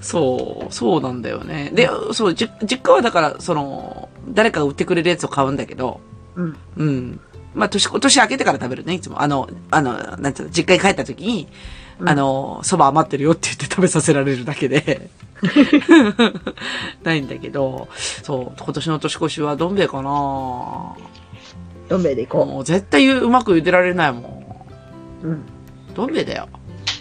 そう、そうなんだよね。で、そう、じ、実家はだから、その、誰かが売ってくれるやつを買うんだけど、うん。うん。まあ、年、年明けてから食べるね、いつも。あの、あの、なんていうの、実家に帰った時に、うんあの、蕎麦余ってるよって言って食べさせられるだけ [LAUGHS] で。ないんだけど、そう、今年の年越しはどん兵衛かなどん兵衛で行こもう絶対うまく茹でられないもう。うん。ん。どん兵衛だよ。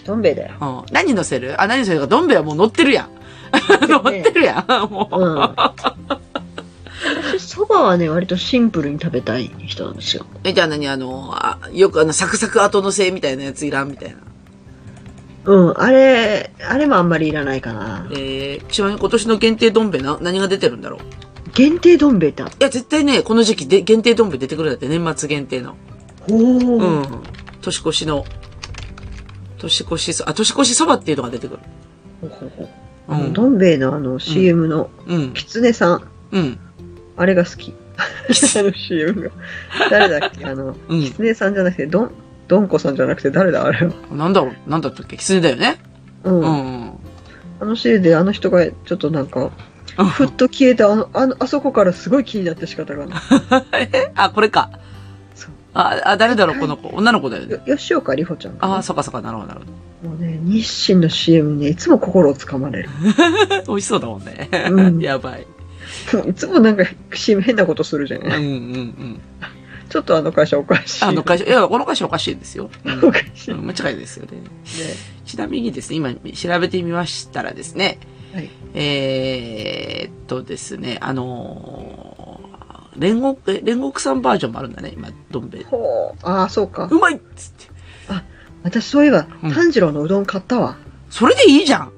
どん兵衛だよ。うん。何乗せるあ、何乗せるか。どん兵衛はもう乗ってるやん。 [LAUGHS] 乗ってるねってるやん。 [LAUGHS] もう。 [LAUGHS] うん。私、蕎麦はね、割とシンプルに食べたい人なんですよ。え、じゃあ何あの、あよくあの、サクサク後乗せみたいなやついらんみたいな。うん。あれ、あれもあんまりいらないかな。えー、ちなみに今年の限定どん兵衛な、何が出てるんだろうい限定どん兵衛ってある。や、絶対ね、この時期で限定どん兵衛出てくるんだって、年末限定の。ほううん。年越しの、年越しそ、あ、年越しそばっていうのが出てくる。ほうほうほううあのん。どん兵衛のあの CM のうん。きつねさん、うん。 [LAUGHS] あれが好き。あの CM が。誰だっけあの、うんキツネさんじゃなくて、どん、どんこさんじゃなくて誰だあれは。なんだろうなんだったっけ狐だよね。うん。うん。うあんのシーンであの人がちょっとなんか、ふっと消えたあの、あの、あそこからすごい気になって仕方がない。えあ、これかそう。あ、あ誰だろうこの子。女の子だよね。よ吉岡里帆ちゃんかなああ、そっかそっか。なるほど、なるほもうね、日清の CM にね、いつも心をつか [LAUGHS] まれる。ど。美味しそうだもんね。う [LAUGHS] んやばい。いつもなんか CM 変なことするじゃ。うんうん [LAUGHS] んちょっとあの会社おかしい。うん。あの会社、いや、この会社おかしいですよ。うんおかしい。うん、間違いですよね。ねちなみにですね、今調べてみましたらですね、はいえーっとですね、あのー煉獄、え煉獄さんバージョンもあるんだね、今、どん兵衛。ほう。ああ、そうか。うまいっつって。私そういえば、うん炭治郎のうどん買ったわ。それでいいじゃん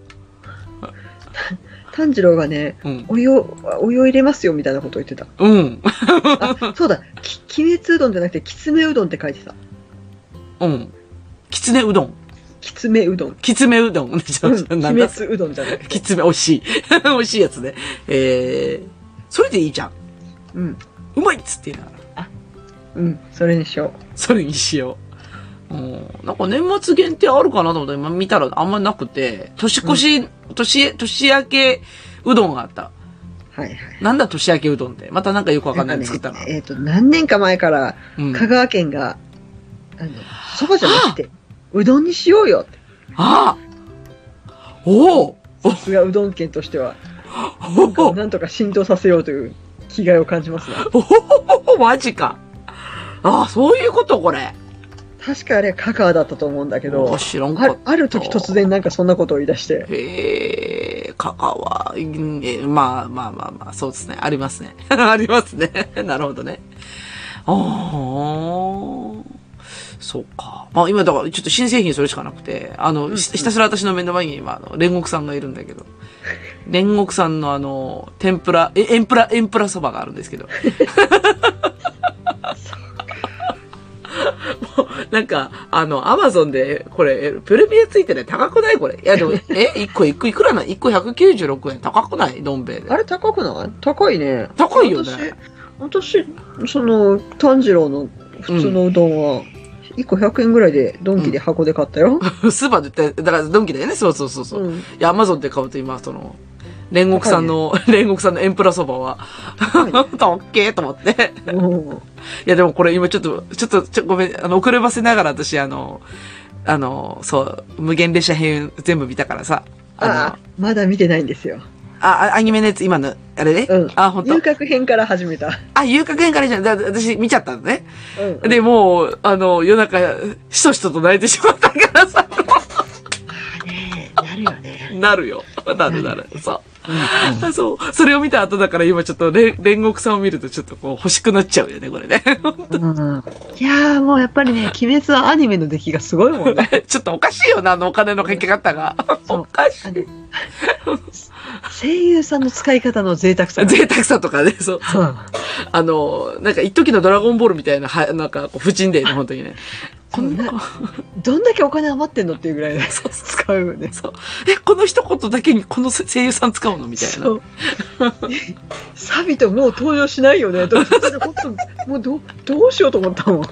炭治郎がね、うん。お湯を、お湯を入れますよみたいなこと言っ [LAUGHS] てた。うん。あ、そうだ。き、鬼滅うどんじゃなくて、きつめうどんって書いてた。うん。きつねうどん。きつめうどん。きつめうどん。ちうょん。っと [LAUGHS] 鬼なんだ滅うどんじゃなくて。きつめ、美味しい。 [LAUGHS] 美味しいやつね。えー、それでいいじゃん。うん。うまいっつって言いながら。うん。それにしよそれにしよう。うん、なんか年末限定あるかなと思ったら今見たらあんまなくて、年越し、年、年明けうどんがあった。う。はいはい。なんだ年明けうどんって。またなんかよくわかんないのなん作っかたねな。えっ、と、何年か前から、うん。香あ川県が、あの、そばじゃなくて、うどんにしようよって。あおおさすがうどん県としては、おおなんとか浸透させようという気概を感じますね。おおマジか。ああ、そういうことこれ。確かあれは香川だったと思うんだけどお、知らんあかっるある時突然なんかそんなことを言い出して、た。へえ、香川、うんえまあまあまあまあ、そうですね。ありますね。 [LAUGHS] ありますね。なるほどね。ああ、そうか。まあ今だからちょっと新製品それしかなくて、あの、ひひたすら私の目の前に今、あの、煉獄さんがいるんだけど、煉獄さんのあの、天ぷら、え、エンプラ、エンプラそばがあるんですけど。もう [LAUGHS] なんか、あの、アマゾンで、これ、プレミアついてない高くないこれ。いや、でも、え、1個いくいくらな ?1 個196円。高くないどん兵衛であ。れ高くない高いね。高いよね。私、私その、炭治郎の普通のうどんは、1個100円ぐらいで、ドンキで箱で買ったよ。 [LAUGHS] スーパーで売って、だからドンキだよね。そうそうそうそう。うん。いや、アマゾンで買うと今、その、煉獄さんの、 [LAUGHS] 煉獄さんのエンプラそばは、 [LAUGHS] 高いねとっけーと思って。うんいや、でもこれ今ちょっと、ちょっと、ちょ、ごめん、あの、遅ればせながら私、あの、あの、そう、無限列車編全部見たからさ。あの、ああ、まだ見てないんですよ。あアニメのやつ、今の、あれね。うんあ、本遊当。郭編から始めた。あ、遊郭園からじゃん。だ私見ちゃったのね。うん、で、もう、あの、夜中、ひとしとと泣いてしまったからさ、ねえなるよね。 [LAUGHS] なるよ。なるなる。そう。あ [LAUGHS] そう。それを見た後だから今ちょっとれん煉獄さんを見るとちょっとこう欲しくなっちゃうよね、こ [LAUGHS] れね。うんいやーもうやっぱりね、鬼滅はアニメの出来がすごいも [LAUGHS] んね。ちょっとおかしいよな、あのお金のかけ方が。そうおかしあい。の声優さんの使い方の贅沢さ [LAUGHS] が。贅沢さとかね、そう。うんあの、なんか一時のドラゴンボールみたいな、はなんかこう不沈でね、本当に [LAUGHS] ね。こんな、どんだけお金余ってんのっていうぐらいの使うよね。そう。え、この一言だけにこの声優さん使うのみたいなそ。う。 [LAUGHS] サビともう登場しないよね。とか本当もうどどうしようと思ったもん。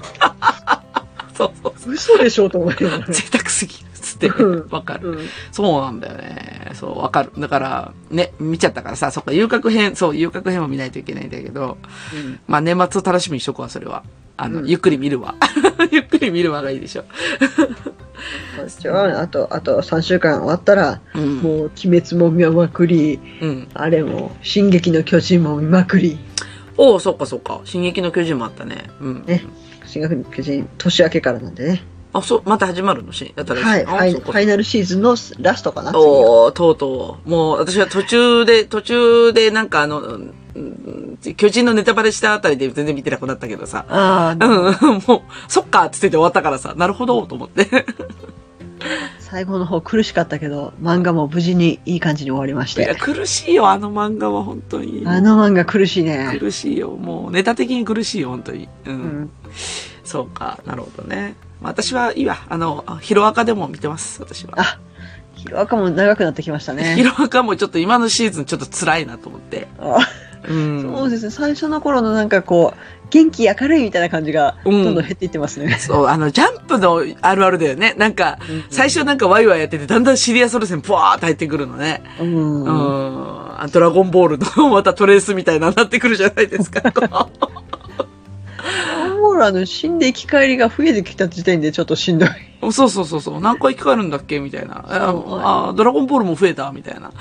そうそう。嘘でしょと思って。 [LAUGHS] 贅沢すぎる。つってう、んわかる。うんそうなんだよね。そう、わかる。だから、ね、見ちゃったからさ、そっか、遊郭編、そう、遊郭編も見ないといけないんだけど、まあ年末を楽しみにしとくわ、それは。あの、うんゆっくり見るわ。 [LAUGHS] ゆっくり見るわがいいでしょ。うんじゃああと、あと3週間終わったら、うん。もう鬼滅も見まくり、うん。あれも、進撃の巨人も見まくり、おお、そっかそっか。進撃の巨人もあったね。うん。ね進撃の巨人、年明けからなんでね。あ、そう、また始まるのし、新しはい、あファイそっフかァイナルシーズンのラストかな。おお、とうとう。もう、私は途中で、途中で、なんかあの、うん巨人のネタバレしたあたりで全然見てなくなったけどさ。あうあ、ん、もう、そっかっつってて終わったからさ、なるほど、と思って。最後の方苦しかったけど、漫画も無事にいい感じに終わりましいや、て。苦しいよ、あの漫画は、本当に。あの漫画苦しいね。苦しいよ。もう、ネタ的に苦しいよ、本当に。う。うんん、そうか、なるほどね。まあ私はいいわ。あの、ヒロアカでも見てます、私は。あ、ヒロアカも長くなってきましたヒね。ロアカもちょっと今のシーズンちょっと辛いなと思って。あうん。そうですね、最初の頃のなんかこう、元気明るいみたいな感じが、うどんんどん減っていってますね。そう、あの、ジャンプのあるあるだよね。なんか、最初なんかワイワイやってて、だんだんシリアス路線、ブワーって入ってくるのね。うん、うん。あドラゴンボールのまたトレースみたいなのになってくるじゃないですか。もうあの、死んで生き返りが増えてきた時点でちょっとしんどい。そうそうそうそう。何回生き返るんだっけみたいな。そうああ、ドラゴンボールも増えたみたいな。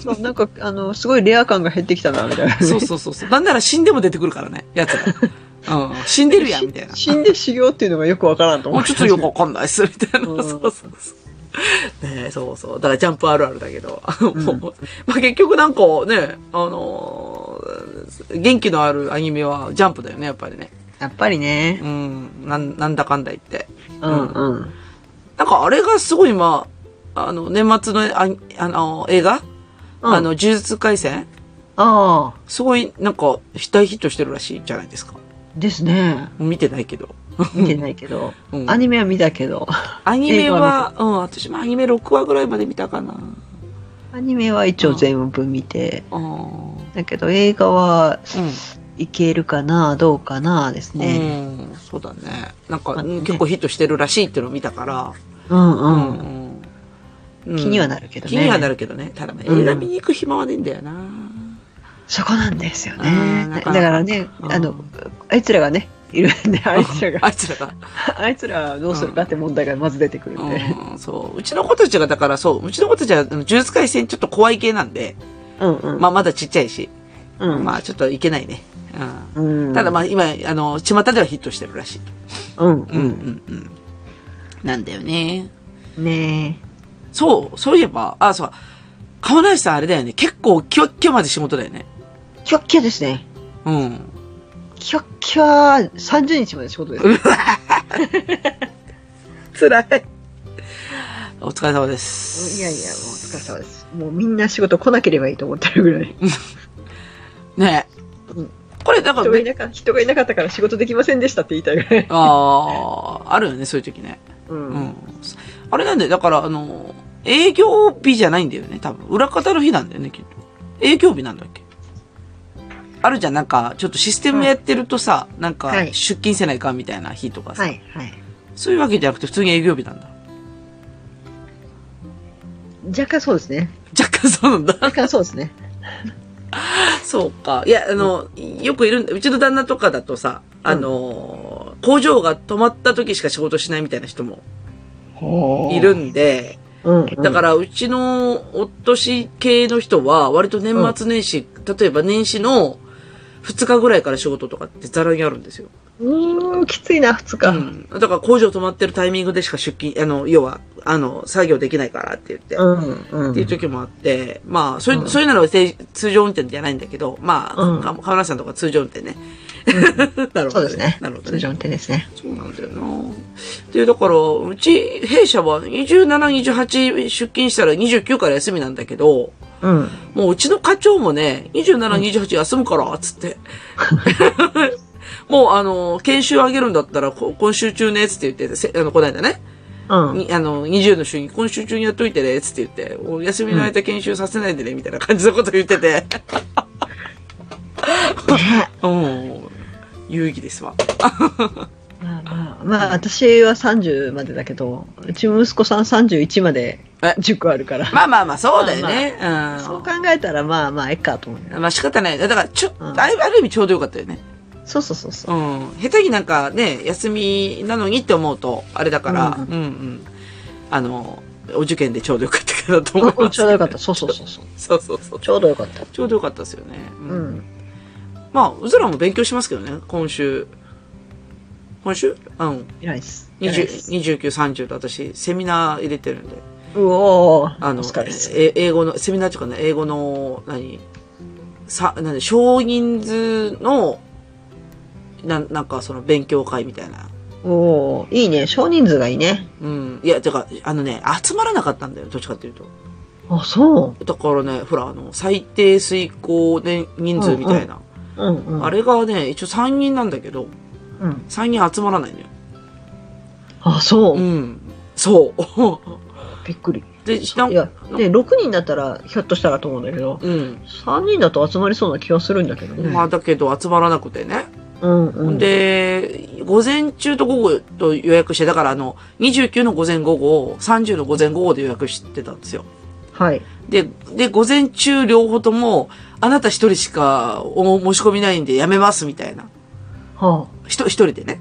そうなんか、あの、すごいレア感が減ってきたな、みたいな。そうそうそうそう。なんなら死んでも出てくるからね、やつが。うん。死んでるやん、みたい [LAUGHS] な。 [LAUGHS] 死んで修行っていうのがよくわからんと思もうう。ちょっとよくわかんないっす、みたいな。うそんうそうそう。ねえそうそう。だからジャンプあるあるだけど。もう [LAUGHS] まあ結局なんかね、あのー元気のあるアニメはジャンプだよね、やっぱりね。やっぱりね。うん。なん、なんだかんだ言って。うんうん。なんかあれがすごい今、あの、年末のあ、あの、映画、うんあの、呪術廻戦ああ、すごい、なんか、大ヒットしてるらしいじゃないですか。ですね。見てないけ [LAUGHS] ど。見てないけど。うんアニメは見たけど。アニメは、うん、私もアニメ6話ぐらいまで見たかな。アニメは一応全部見て。あーだけど映画はうん。いけるかな、どうかな、ですね。うん、そうだね。なんか、まあうんね結構ヒットしてるらしいっていうのを見たから、うんうん。うん気にはなるけどね気にはなるけどね。ただね、うん映画見に行く暇はねえんだよな。そこなんですようねん。なだかなかからね、うんあの、あいつらがね、いるんで、あいつらあが、いつら [LAUGHS] が。あいつらはどうするかって問題がまず出てくるんで。うん、そう。うちの子たちが、だからそう、うちの子たちは、あの呪術廻戦ちょっと怖い系なんで、うんうん。まあまだちっちゃいし、うんまあちょっといけないね。う。うんん。ただまあ今、あの、巷ではヒットしてるらしい。うんううん。うんんうん。なんだよね。ねそう、そういえば、あ、そう。川梨さんあれだよね。結構キョッキョまで仕事だよね。え。キョッキョですね。うん。キョッキョは30日まで仕事です。辛い。お疲れ様です。いやいや、もうお疲れ様です。もうみんな仕事来なければいいと思ってるぐらい。ねえうんこれ、なんか人、がいなか人がいなかったから仕事できませんでしたって言いたいぐらい。ああ、あるよね、そういう時ね。[LAUGHS] う。うんん。あれなんだよ、だから、あの、営業日じゃないんだよね、多分。裏方の日なんだよね、きっと。営業日なんだっけあるじゃん、なんか、ちょっとシステムやってるとさ、なんかは、い出勤せないかんみたいな日とかさ、はい、はい。そういうわけじゃなくて、普通に営業日なんだ。若干そうで [LAUGHS] すね。若干そうなんだ。若干そうですね。 [LAUGHS] そうか。いや、あの、よくいるんだ。うちの旦那とかだとさ、あの、工場が止まった時しか仕事しないみたいな人もいる。んで、うん。だからうちのお年系の人は、割と年末年始、例えば年始の2日ぐらいから仕事とかってざらにあるんですよ。うーん、きついな、二日。うん。だから工場止まってるタイミングでしか出勤、あの、要は、あの、作業できないからって言って。うん、うん。っていう時もあって、まあ、それ、うんそういうならて通常運転じゃないんだけど、まあ、うんか川村さんとか通常運転ね。 [LAUGHS] なるほど、そうですね。なるほど通ね。常運転ですね。そうなんだよな。で、だから、うち、弊社は27、28出勤したら29から休みなんだけど、うん。もううちの課長もね、27、28休むから、つって。 [LAUGHS] もう、あの、研修あげるんだったら、こ今週中ね、つって言ってて、せあの、こないだね。うん。にあの、20の週に今週中にやっといてね、つって言って、お休みの間研修させないでね、みたいな感じのこと言ってて。うん。有意義ですわ。まあまあ、まあ、私は30までだけど、うち息子さん31までえ塾あるから。まあまあまあ、そうだよね。そう考うえたら、まあまあ、えっかと思うよん。まあ仕方ない。だから、ちょ、うんだいぶある意味ちょうどよかったよね。そうそうそうそう。うん。下手になんかね、休みなのにって思うと、あれだから、ううんんうん。あの、お受験でちょうどよかったかなと思いますけうど。 [LAUGHS] んちょうどよかった。そうそうそうそう。そうそうそう。ちょうどよかった。ちょうどよかったですよね。うんうん。まあ、うずらも勉強しますけどね、今週。今週うん。偉いです。偉いです20 29、30と私、セミナー入れてるんで。うおー。あのお疲れです。、え英語の、セミナーとかね、英語の、何さ、何少人数の、なん、なんかその勉強会みたいな。おー。いいね。少人数がいいね。うん。いや、てか、あのね、集まらなかったんだよ、どっちかっていうと。あ、そう。だからね、ほら、あの、最低遂行で人数みたいな。うんうん。あれがね、一応3人なんだけど、うん。 3人集まらないのよ。あ、そうう。ん。そう。 [LAUGHS] びっくり。で、なんいや、で、6人だったら、ひょっとしたらと思うんだけど、うん。 3人だと集まりそうな気はするんだけどね。まあ、だけど集まらなくてね。うんうん。で、午前中と午後と予約して、だからあの、29の午前午後、30の午前午後で予約してたんですよ。はい。で、で、午前中両方とも、あなた一人しかお申し込みないんでやめますみたいな。はひと一人でね。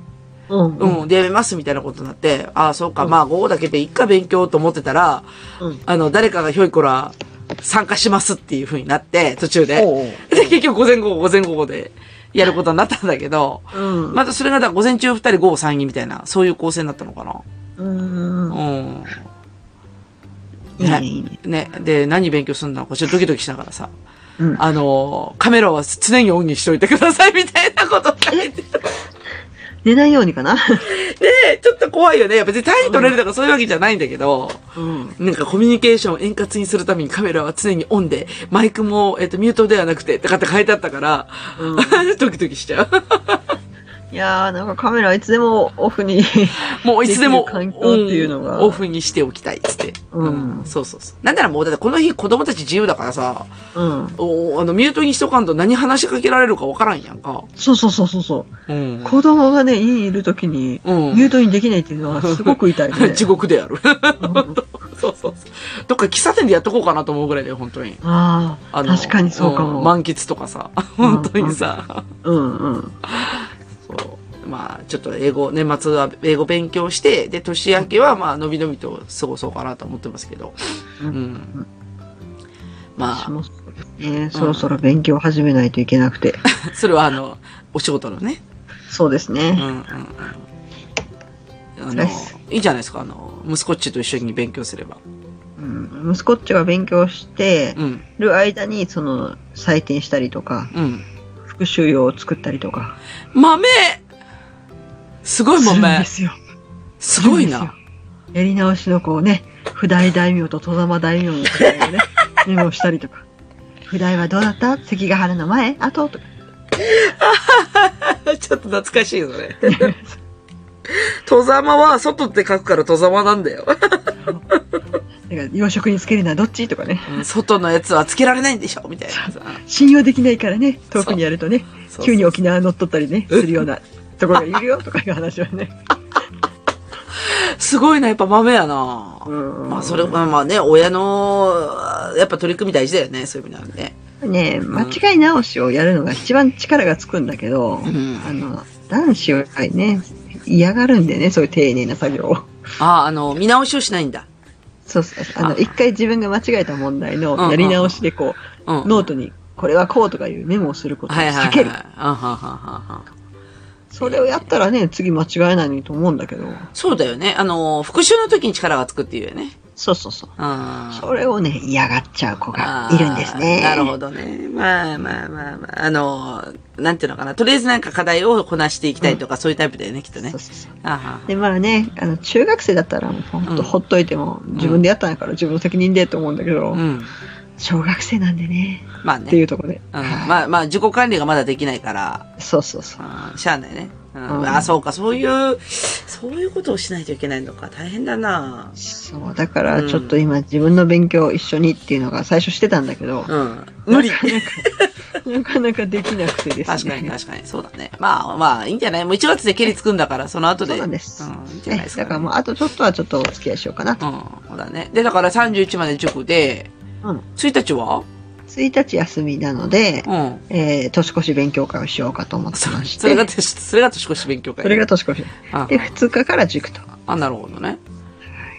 あ。うん、うん。うん、でやめますみたいなことになって、ああ、そうか、まあ午後だけでいっか勉強と思ってたら、うんあの、誰かがひょいこら参加しますっていう風になって、途中で。おうで、結局午前午後、午前午後でやることになったんだけど、うん。またそれがだから午前中二人、午後三人みたいな、そういう構成になったのかな。うん。うん。いいね、いいね。ね、で、何勉強するんだこっちドキドキしながらさ、うん。あの、カメラは常にオンにしといてくださいみたいなこと書いて寝ないようにかな。で、ちょっと怖いよね。やっぱ絶対に撮れるとかそういうわけじゃないんだけど、うん。なんかコミュニケーションを円滑にするためにカメラは常にオンで、マイクも、えっ、と、ミュートではなくて、とかって書いてあったから、 [LAUGHS] ドキドキしちゃう。 [LAUGHS] いやー、なんかカメラいつでもオフ [LAUGHS] に。もういつでも、できる環境っていうのがんオフにしておきたいっつって。うんそうそうそう。なんならもう、だってこの日子供たち自由だからさ、うん。おあの、ミュートにしとかんと何話しかけられるかわからんやんか。そうそうそうそうそう。うん。子供がね、家にいるときに、うんミュートにできないっていうのはすごく痛い [LAUGHS] ね。地獄である。 [LAUGHS] うんそうそうそう。どっか喫茶店でやっとこうかなと思うぐらいで、本当に。ああ、の確かにそうかも。ん満喫とかさ、本当にさ、うんうん。そう。まあ、ちょっと英語、年末は英語勉強して、で、年明けはまあ、のびのびと過ごそうかなと思ってますけど。ううんん。ま私もそうですね、そろそろ勉強を始めないといけなくて。あ、それはあの、お仕事のね。そうですうんうね。んうん。あのナイいスいじゃないですか、あの、息子っちと一緒に勉強すれば。うん、息子っちが勉強してうん、る間に、その、採点したりとか、うん。復習用を作ったりとか。豆すごいするんで豆すよ。すごいするな。んですよ。やり直しのこうね、不代大名と戸様大名の違 [LAUGHS] いをね、メモしたりとか。不代はどうだった関ヶ原の前後とか。 [LAUGHS] ちょっと懐かしいのね。戸様は外って書くから戸様なんだよ。なんか洋食につけるのはどっちとかね。外のやつはつけられないんでしょみたいなさ。信用できないからね、遠くにやるとね、そう急に沖縄乗っ取ったりね、するようなところがい [LAUGHS] るよとかいう話をね。すごいな、やっぱ豆やな。うんまあそれはまあね、親の、やっぱ取り組み大事だよね、そういう意味ではね。ね間違い直しをやるのが一番力がつくんだけど、んあの、男子はね、嫌がるんでね、そういう丁寧な作業を。ああ、あの、見直しをしないんだ。そうそう。ああの、一回自分が間違えた問題うんうんのやり直しでこうん。う、ノートにこれはこうとかいうメモをすることをはいはいはい。避ける。あははははそれをやったらね、次間違えないのにと思うんだけど。そうだよね。あの、復習の時に力がつくっていうよね。そうそうそう。うん。それをね、嫌がっちゃう子がいるんですね。あーなるほどね。まあまあまあまあ、あの、なんていうのかな。とりあえずなんか課題をこなしていきたいとか、そういうタイプだよね、きっとねそう。そうそう。あはで、まあね、あの、中学生だったらもうほんうんとほっといても、自分でやったんやから自分の責任でと思うんだけど、うん。小学生なんでね、まあっていね。うところで。うん、はいまあまあ、自己管理がまだできないから、そうそうそう。うん、しゃあないね。うんうんあ、そうか、そういう、そういうことをしないといけないのか。大変だなそう、だからちょっと今自分の勉強を一緒にっていうのが最初してたんだけど、うん。無理。 [LAUGHS] なかなかできなくてですね。確かに確かに。そうだね。まあまあ、いいんじゃないもう1月で蹴りつくんだから、その後で。そうなんですうん、いいんじゃえないですか、ね。だからもうあとちょっとはちょっとお付き合いしようかなと。うん、そうだね。で、だから31まで塾で、うん1日は1日休みなので、うん。えー、年越し勉強会をしようかと思ってそまして。それが年、それが年越し勉強会。それが年越し。あで、2日から塾と。あ、なるほどね。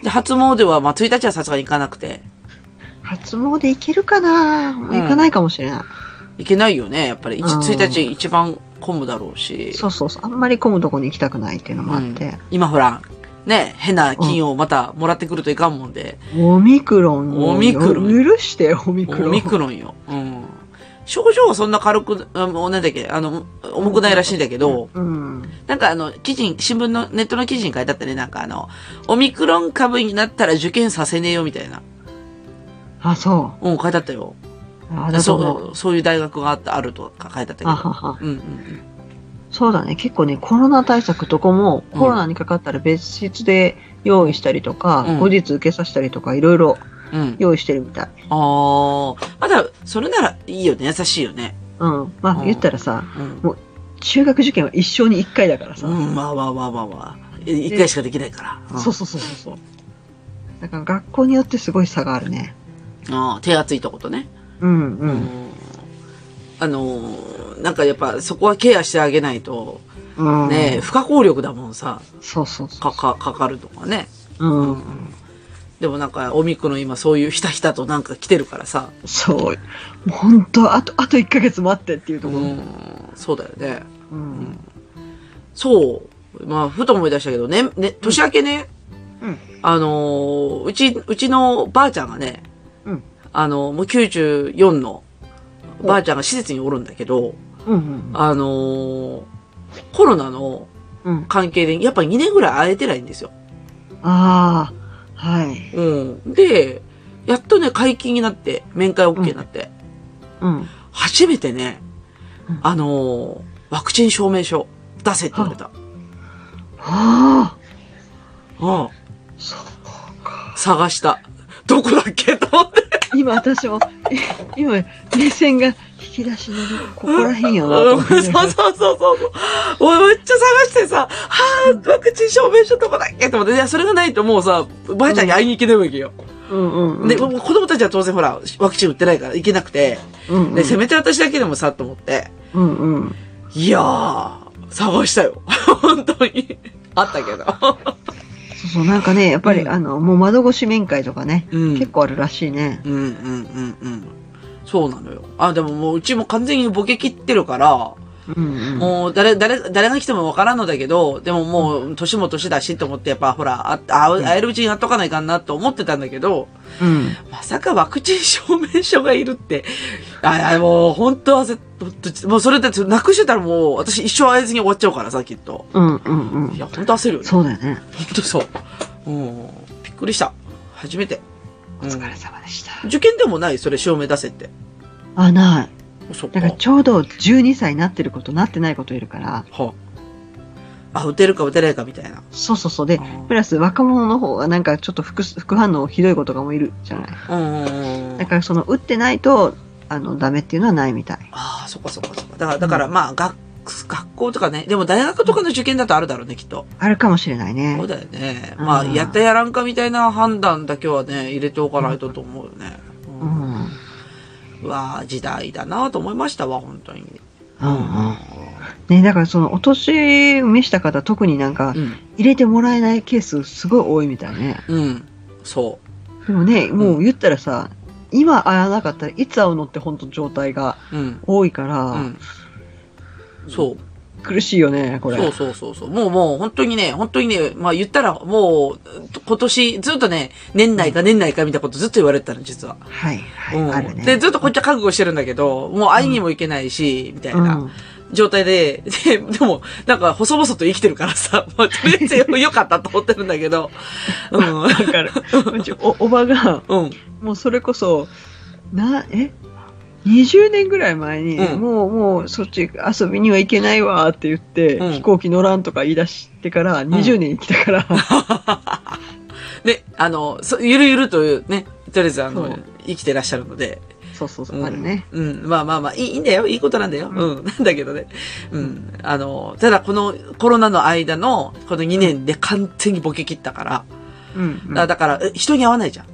で、初詣は、まあ、1日はさすがに行かなくて。初詣行けるかなもう行かないかもしれない。行けないよね、やっぱり。うん 1, 1日一番混むだろうし。そうそうそう。あんまり混むとこに行きたくないっていうのもあって。今ほら、ね、変な金をまたもらってくるといかんもんで。オミクロンをオミクロン許して、オミクロン。オミクロンよ。うん。症状はそんな軽く、あもうなんだっけ、あの、重くないらしいんだけど、うん。なんかあの、記事に、新聞の、ネットの記事に書いてあったね、なんかあの、オミクロン株になったら受験させねえよ、みたいな。あ、そうん、書いてあったよ。う。あ、なるほど。そう、そういう大学があった、あるとか書いてあったけど。あはは。うんうんうん。そうだね。結構ね、コロナ対策とかも、うんコロナにかかったら別室で用意したりとか、うん後日受けさせたりとか、いろいろうん。用意してるみたい。ああ。まだ、それならいいよね。優しいよね。うん。まうあん言ったらさ、うん。中学受験は一生に一回だからさ。うん、まあまあまあまあまあ。え一回しかできないから。そううそうそうそうそう。だから学校によってすごい差があるね。ん。ああ、手厚いとことね。うんうん。ん。あのーなんかやっぱそこはケアしてあげないと、うん、ね、不可抗力だもんさ、そうそうそかか、かかるとかね。う。うん。でもなんか、おみくの今そういうひたひたとなんか来てるからさ、そう。もう本当あと、あと1ヶ月待ってっていうところ。ん、そうだよね。うん。そう。まあ、ふと思い出したけどね、ね、年明けね、うんあのーうち、うちのばあちゃんがね、うんあのもう94のばあちゃんが施設におるんだけど、うんうん。あのーコロナのうん。関係で、やっぱ2年ぐらい会えてないんですよ。ああ、はい。うん。で、やっとね、解禁になって、面会 OK になって、うん。初めてねうん、あのーワクチン証明書出せって言われた。ああ、うん。そう。探した。どこだっけと思 [LAUGHS] って。今私も、え今、目線が引き出しのここら辺やなとう思んってそうそうそうそう。俺めっちゃ探してさ、はぁ、ワクチン証明書どこだっけと思って、いや、それがないともうさ、ばあちゃんに会いに行けないわけよ。うんうんうん。で、もう子供たちは当然ほら、ワクチン打ってないから行けなくて、うんうんで、せめて私だけでもさ、と思って。うんうん。いやー、探したよ。 [LAUGHS] 本当に。あったけど。そうそう、なんかね、やっぱり、うんあの、もう窓越し面会とかね、 [LAUGHS] うん結構あるらしいね。うんうんうんうん。そうなのよ。あ、でももううちも完全にボケ切ってるから、うんうん。もう誰、誰、誰が来てもわからんのだけど、でももう年も年だしと思って、やっぱほら、あ会う会えるうちにやっとかないかなと思ってたんだけど、うん。まさかワクチン証明書がいるって、あ、あもう本当は、ほんともうそれだってなくしてたらもう私一生会えずに終わっちゃうからさ、きっと。うんうんういん。や、本当焦るよね。そうだよね。本当そう。うん。びっくりした。初めて。お疲れ様でした。受験でもないそれ、証明出せって。あ、ない。そっか。だからちょうど12歳になってることなってないこといるから、はあ。あ、打てるか打てないかみたいな。そうそうそう。であー、プラス若者の方がなんかちょっと副す副反応ひどい子とかもいるじゃない。うんうんうんだ。からその打ってないと、あの、ダメっていうのはないみたい。ああ、そっかそっかそっか。だから、だからまあ、学、学校とかね。でも大学とかの受験だとあるだろうね、きっと。あるかもしれないねそう。だよね。うんまあ、やったやらんかみたいな判断だけはね、入れておかないとと思うよね。う。うんんうんうわあ、時代だなと思いましたわ、本当に。うん。ね、だからその、お年召した方特になんかう、ん。入れてもらえないケースすごい多いみたいね。うん。そでもね、もう言ったらさ、今会わなかったらいつ会うのって本当状態がう。うん。多いから、うん。そう。苦しいよね、これ。そうそうそうそう。もうもう本当にね、本当にね、まあ言ったらもう今年ずっとね、年内か年内かみたいなことずっと言われてたの、実は。はい、はい、うんあるね。で、ずっとこっちは覚悟してるんだけど、もう会いにも行けないし、みたいな状態で、で、でも、なんか細々と生きてるからさ、 [LAUGHS] もうとりあえずよよかったと思ってるんだけど、うん。わかる。 [LAUGHS] うちお、おばが、うん。もうそれこそ、な、え ?20 年ぐらい前に、うんもう、もう、そっち遊びには行けないわって言って、うん飛行機乗らんとか言い出してから、20年生き [LAUGHS] たから、で、あの、そゆるゆるというね、とりあえずあそのう、生きてらっしゃるので、そうそうそう、うんあるね。うん。まあまあまあ、いいいいんだよ。いいことなんだよ。うん。なんだけどね。うん。あの、ただこのコロナの間の、この2年で完全にボケ切ったから、うん、うん。だだから、え人に会わないじゃん。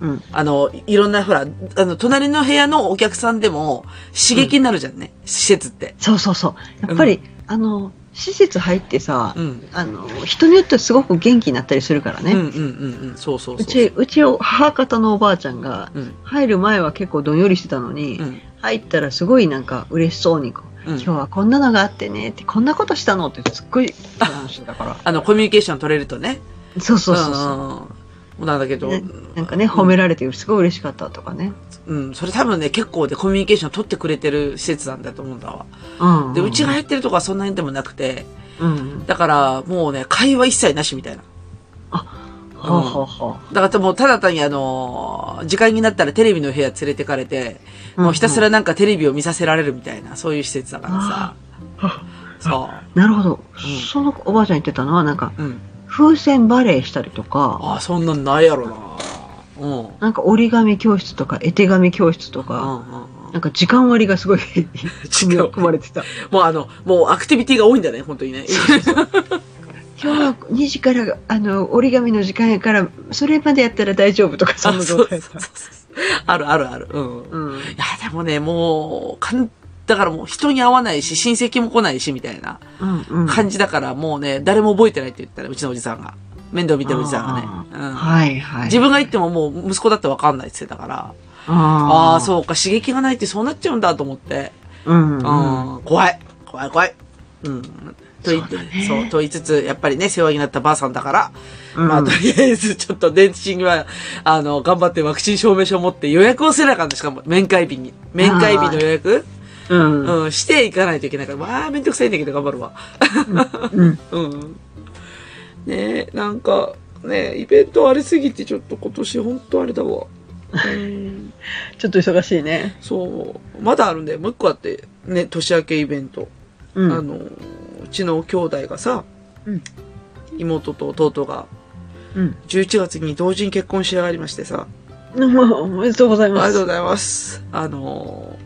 うん。あの、いろんな、ほら、あの、隣の部屋のお客さんでも刺激になるじゃんね。施設って。そうそうそう。やっぱり、あの、施設入ってさ、うん。あの、人によってはすごく元気になったりするからね。ううんうんうんうん。そうそうそう。ち、うちを母方のおばあちゃんが、うん。入る前は結構どんよりしてたのに、うん。入ったらすごいなんか嬉しそうにこう、うん。今日はこんなのがあってねって、こんなことしたのってすっごい話してたから。あの、コミュニケーション取れるとね。そうそうそうそんんんなんだけど、う、ねなんかね、褒められてすごい嬉しかったとかね。うん、それ多分ね、結構でコミュニケーション取ってくれてる施設なんだと思うんだわ。うん。で、うちが入ってるとこはそんなにでもなくて、うん。だからもうね、会話一切なしみたいな。ほうほうほう。だからもうただ単にあのー、時間になったらテレビの部屋連れてかれて、もうひたすらなんかテレビを見させられるみたいな、そういう施設だからさ。 [LAUGHS] そなるほど。んそのおばあちゃん言ってたのは、なんか、う。うん。風船バレーしたりとか、ああ、そんなんないやろな。うん。うんなんか折り紙教室とか絵手紙教室とか、うんうなんんか時間割がすごい [LAUGHS] 時間割組まれてた。もうあの、もうアクティビティが多いんだね、本当にね。今日は2時からあの折り紙の時間やからそれまでやったら大丈夫とかそんな状態だ [LAUGHS] [LAUGHS] あそうそうそうそうあるあるある。うん。いうんや、でもね、もう、かん、だからもう人に会わないし、親戚も来ないし、みたいなうんうん感じだから、もうね、誰も覚えてないって言ったら、うちのおじさんが。面倒見てるおじさんがね。うん。はいはい自分が行ってももう息子だってわかんないって言ってたから。あああー、そうか、刺激がないってそうなっちゃうんだと思って。ううん、うん、うん、怖い。怖い怖い。うん。と言って、そうそう,、だねと言いつつ、やっぱりね、世話になったばあさんだから、うんまあ、とりあえず、ちょっと、電信は、あの、頑張ってワクチン証明書を持って予約をせなあかんのしかも、面会日に。面会日の予約うんうん、していかないといけないから、わあ、めんどくさいんだけど頑張るわ。うんうん。ねえ、なんか、ねえイベントありすぎて、ちょっと今年ほんとあれだわ。うん、ちょっと忙しいねそう。まだあるんだよ。もう一個あって、ね、年明けイベント。うんあの、うちの兄弟がさ、うん妹と弟が、うん11月に同時に結婚し上がりましてさ、うんおめでとうございありまがとうすございます。あの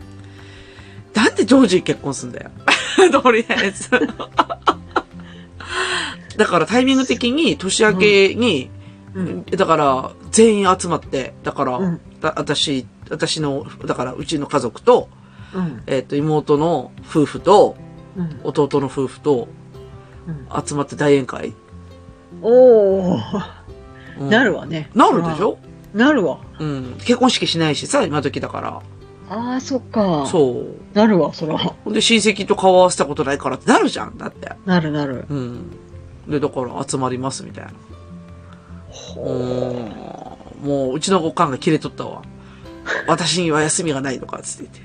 ー、なんで同時に結婚すんだよ。 [LAUGHS] とりあえず。だからタイミング的に年明けに、うんだから全員集まって、だから、うんだ私、私の、だからうちの家族と、うんえっ、と、妹の夫婦と、うん弟の夫婦とうん集まって大宴会。おおうんなるわねなるでしょなるわうん。結婚式しないしさ、今時だかああそっら。かそう。なるわそらほんで親戚と顔合わせたことないからってなるじゃん、だって。なる [LAUGHS] なるうん。で、だから集まりますみたいな。うんもう、うちのおかんがキレとったわ。私には休みがないのか、つって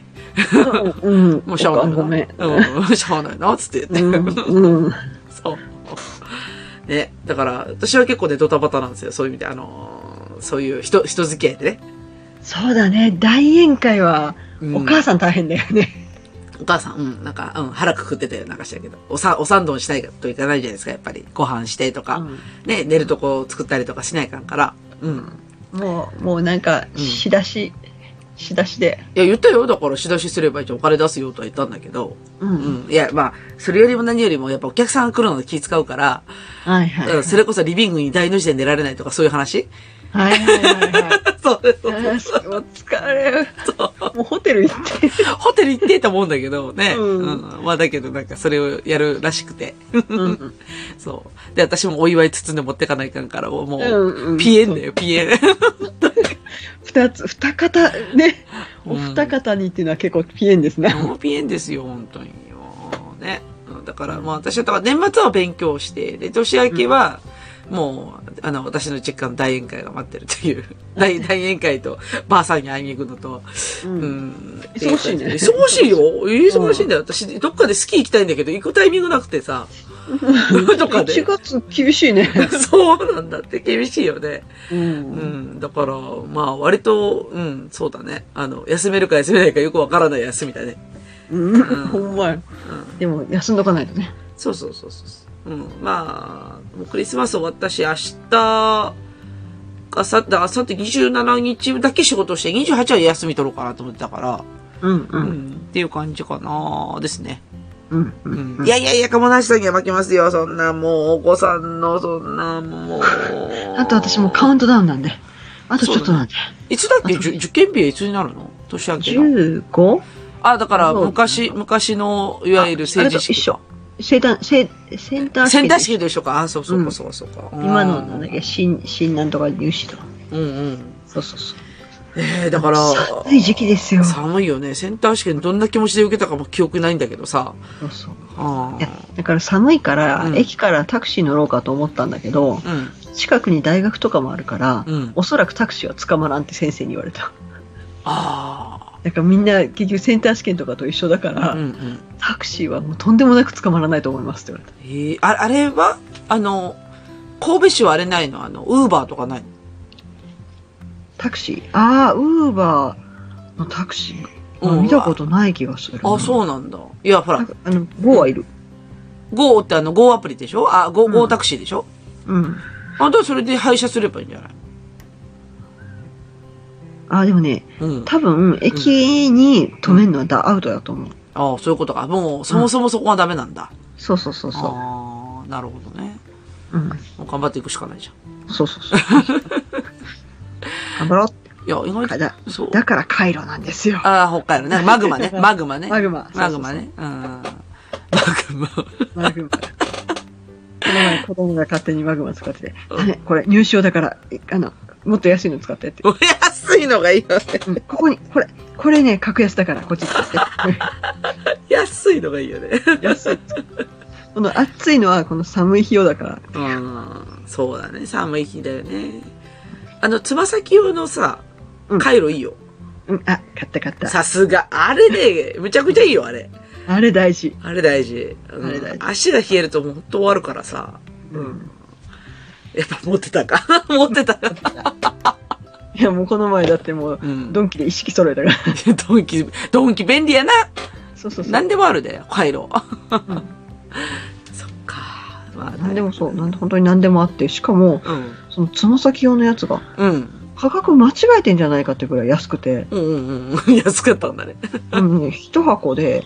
言って。うんうんもうしょうがないな。ごめんうん、しょうがないな、つってう言って。んうんそう。ね。だから、私は結構ね、ドタバタなんですよ。そういう意味で、あのーそういう人、人付き合いでね。そうだね大宴会はうんお母さん大変だよねお母さん、うん、なんか、うん、腹くくってたよ、なんかしたけど。おさ、お三丼しないといかないじゃないですか、やっぱり。ご飯してとか、ね、寝るとこを作ったりとかしないかんから。うん。もうもうなんかうん仕出し仕出しでいや、言ったよ、だから、仕出しすれば一応お金出すよとは言ったんだけど。ううんん。いや、まあ、それよりも何よりも、やっぱお客さんが来るので気使うから、はいはいうん、それこそリビングに大の字で寝られないとか、そういう話はいはいはいはいそうそう。あーそれは疲れる。 [LAUGHS] もうホテル行って。ホテル行ってと思うんだけどね。うんうん。まあ、だけど、なんか、それをやるらしくて。うんそう。で、私もお祝い包んで持ってかないかんから、もう、もううん。ピエンだよ、ピエン。 [LAUGHS] 二つ、二方、ね。うんお二方にっていうのは結構ピエンですね。ノーピエンですよ、本当によ。ね。うんだから、まあ私は、だから年末は勉強して、で、年明けは、もう、あの、私の実家の大宴会が待ってるという、 [LAUGHS] 大、大宴会と、ばあさんに会いに行くのと、う。うんん。忙しいね忙しいよ。忙しいんだよ。私、どっかでスキー行きたいんだけど、行くタイミングなくて [LAUGHS] さ、どっか1で。月厳しいね。 [LAUGHS] そうなんだって、厳しいよね。う。うんん。だから、まあ、割と、うん、そうだね。あの、休めるか休めないかよくわからない休みだね。うんん [LAUGHS] ほんまや。うん。でも、休んどかないとね。そうそうそうそう。うん。まあ、もうクリスマス終わったし、明日、あさって、あさって27日だけ仕事して、28は休み取ろうかなと思ってたから、うんう。うんん、っていう感じかなですね。うんううんん。いやいやいや、鴨梨さんには負けますよ。そんな、もう、お子さんの、そんな、もう。あと私もうカウントダウンなんで。あとちょっとなんで。いつだっけじゅ受験日はいつになるの年明けが。 15? あ、だから、そう昔、昔の、いわゆる成人式。ああれと生誕、生、センターセンター試験。式でしょうか。あ、そうそうか、そうか、そうか。今の、なんだっけ、新、新なんとか入試とか。うんうん。そうそうそう。ええだから、暑い時期ですよ。そ寒いよね。センター試験どんな気持ちで受けたかも記憶ないんだけどさ。うそう。あいやだから寒いから、うん駅からタクシー乗ろうかと思ったんだけど、あ。うん。近くに大学とかもあるから、うん。おそらくタクシーは捕まらんって先生に言われた。 [LAUGHS] あだからみんな結局センター試験とかと一緒だかあ。ら、うんうん。タクシーはもうとんでもなく捕まらないと思いますって言われた。ええああれはあの、神戸市はあれないのあの、ウーバーとかないのタクシーああ、ウーバーのタクシー、うん見たことない気がするな。あ、そうなんだ。いや、ほなんらか、あの、ゴーはいる。 Go ってあの、Go アプリでしょあ、Go、うん Go タクシーでしょうん。あ、だからそれで配車すればいいんじゃないあ、でもね、うん。多分、駅に止めるのはだ、アウトだと思う。ああ、そういうことか。もう、そもそもそこはダメなんだ。そうそうそうそああ、なるほどね。う。うん。もう頑張っていくしかないじゃん。そうそうそう。頑張ろうって。いや、意外だと、そう。だからカイロなんですよ。ああ、北海道ね。マグマね。マグマね。マグマ。マグマね。うん。マグマ。 [LAUGHS] マグマ。この前子供が勝手にマグマ使ってて、ダメ、これ入手用だから、いあの、もっと安いの使ってって。お安いのがいいよね。うん、ここに、これ、これね、格安だから、こっ [LAUGHS] ち使って。安いのがいいよね。安い。この暑いのはこの寒い日用だから。 [LAUGHS] うん。そうだね。寒い日だよね。あの、つま先用のさう、んカイロいいよ。うん、あ、買った買った。さすが。あれね、むちゃくちゃいいよ、あれ。あれ大事。あれ大事。うんあれ大事足が冷えるともうほんと終わるからさ。ううんん。やっぱ持ってたか。持ってたか。いや、もうこの前だってもう、うんドンキで意識揃えたから。ドンキ、ドンキ便利やな。そうそうそう。何でもあるで、カイロ。ん [LAUGHS] そっか。まあ何でもそう、なんで本当に何でもあって、しかも、うん。そのつま先用のやつが、うん。価格間違えてんじゃないかってぐらい安く [LAUGHS] て、うんうんうん。安かったんだね。うん、ね、一箱で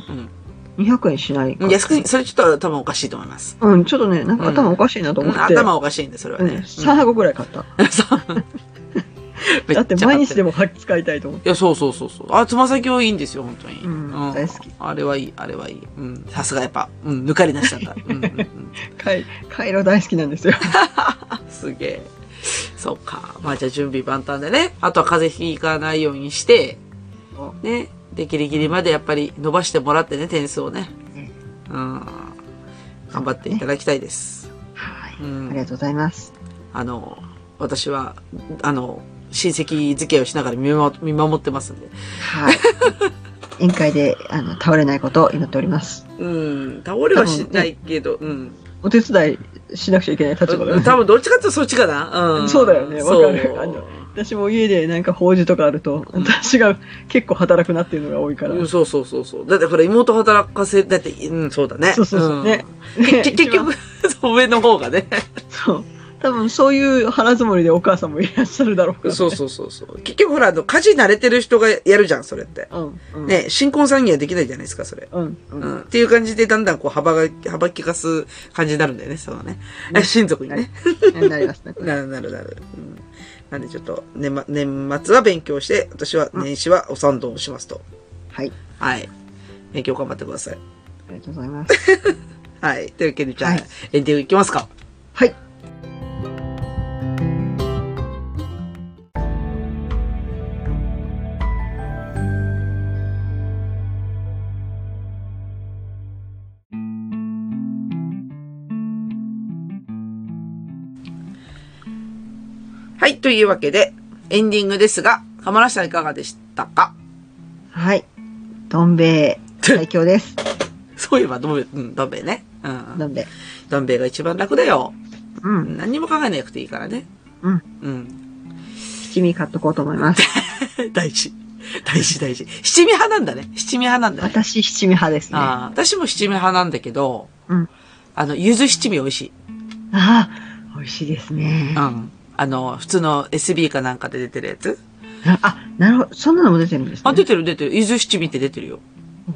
うん200円しないから。安く、それちょっと頭おかしいと思います。うん、ちょっとね、なんか頭おかしいなとう思っんて。頭おかしいんで、それはうん、ね。 3箱ぐらい買った。うんそうめちだゃって毎日でも。も使いたいと思っいて。や、そうそうそうそう。あ、つま先はいいんですよ、本当に。うん大好き。あれはいい、あれはいい。うん。さすがやっぱ、うん、抜かりなしだった。うんうんうん。カイカイロ大好きなんですよ。すげえ。そうか。まあじゃあ準備万端でね。あとは風邪ひかないようにして、ね。で、ギリギリまでやっぱり伸ばしてもらってね、点数をね。うん。頑張っていただきたいです。はい。うんありがとうございます。あの、私は、あの、親戚付き合いをしながら見守見守ってますんで。 [LAUGHS] はい。委員会であの倒れないことを祈っております。うん。倒れはしないけど、うん。お手伝いしなくちゃいけない立場だ、多分どっちかっていうとそっちかな。うん。そうだよねわかるそうあの私も家でなんか法事とかあると、私が結構働くなっていうのが多いから。うん、そうそうそうそう。だってこれ妹働かせ、だって、うん、そうだね。そうそうそう。んね。ねけ [LAUGHS] 結局、そう上の方がね。そう。多分そういう腹積もりでお母さんもいらっしゃるだろうから、そうそうそうそう。結局ほら、あの、家事慣れてる人がやるじゃん、それって。うん。うん。ね、新婚さんにはできないじゃないですか、それ。うん。う。うんん。っていう感じで、だんだんこう、幅が、幅利かす感じになるんだよね、そのね。ね [LAUGHS] 親族にね。なりますね。これなるなるなる。うん。なんでちょっと、年末、年末は勉強して、私は年始はお賛同しますと。はい。はい。勉強頑張ってください。ありがとうございます。はい。というわけで、じゃあ、はいエンディングいきますか。はい。はい。というわけで、エンディングですが、かまらさんいかがでしたかはい。どん兵衛最強です。そういえば、どんべ、うん、どんべね。うん。どん兵衛。どんべが一番楽だよ。うん。何にも考えなくていいからね。うん。うん。 [LAUGHS] 七味買っとこうと思います。大事。大事大事。七味派なんだね。七味派なんだね。私、七味派ですね。あああ、私も七味派なんだけど、うんあの、柚子七味美味しい。あー、美味しいですね。うん。あの、普通の SB かなんかで出てるやつ。あ、なるほど。そんなのも出てるんですね。あ、出てる出てる。伊豆七味って出てるよ。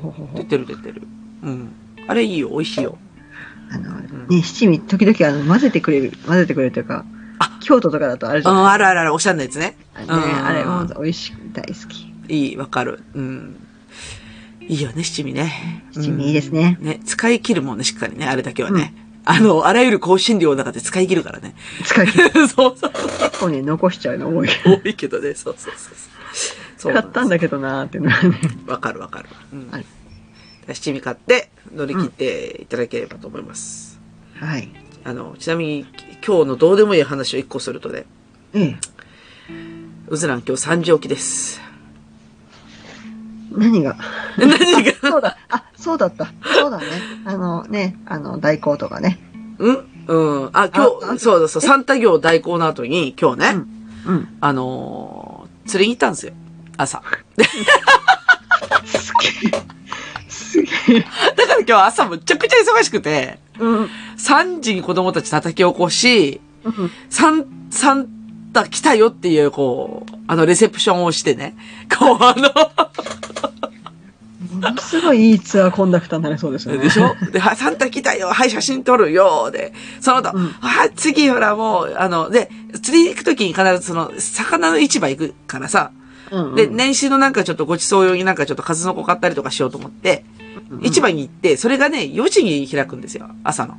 ほほほ出てる出てる。うん。あれいいよ、美味しいよ。あの、ね、七味、時々あの混ぜてくれる、混ぜてくれるというか、京都とかだとあるじうゃないん、あるあるある、おしゃれなやつね。ですうか。ね、んあれ、もう美味しく、大好き。いい、わかる。うん。いいよね、七味ね。七味いいですね。うん。ね、使い切るもんね、しっかりね、あれだけはね。あの、あらゆる香辛料の中で使い切るからね。 [LAUGHS] 使い切るそうそう。結構ね、残しちゃうの多い。多いけどね、そうそうそうそう。そう買ったんだけけどなーっていうのはね。ど。わかるわかる。うん。はい七味買って、乗り切っていただければと思います。はい。あの、ちなみに、今日のどうでもいい話を一個するとね、ええ。うずらん今日3時起きです。何が何が [LAUGHS] そうだ。あ、そうだった。そうだね。あのね、あの、大行とかね。うんうん。あ、あ今あ日、そうだそう、サンタ行代行の後に、今日ね、うん。あのー釣りに行ったんですよ。朝。すげえ。すげえ。だから今日朝むちゃくちゃ忙しくて、うん。 3時に子供たち叩き起こし、うんサン、サンった、来たよっていう、こう、あの、レセプションをしてね。こう、あの、ものすごいいいツアーコンダクターになれそうですよね。でしょで、はサンタ来たよ、はい、写真撮るよ、で、その後、うんはい、次、ほら、もう、あの、で、釣り行くときに必ずその、魚の市場行くからさ、うんうんで、年始のなんかちょっとごちそう用になんかちょっと数の子買ったりとかしようと思って、市場に行って、それがね、4時に開くんですよ、朝の。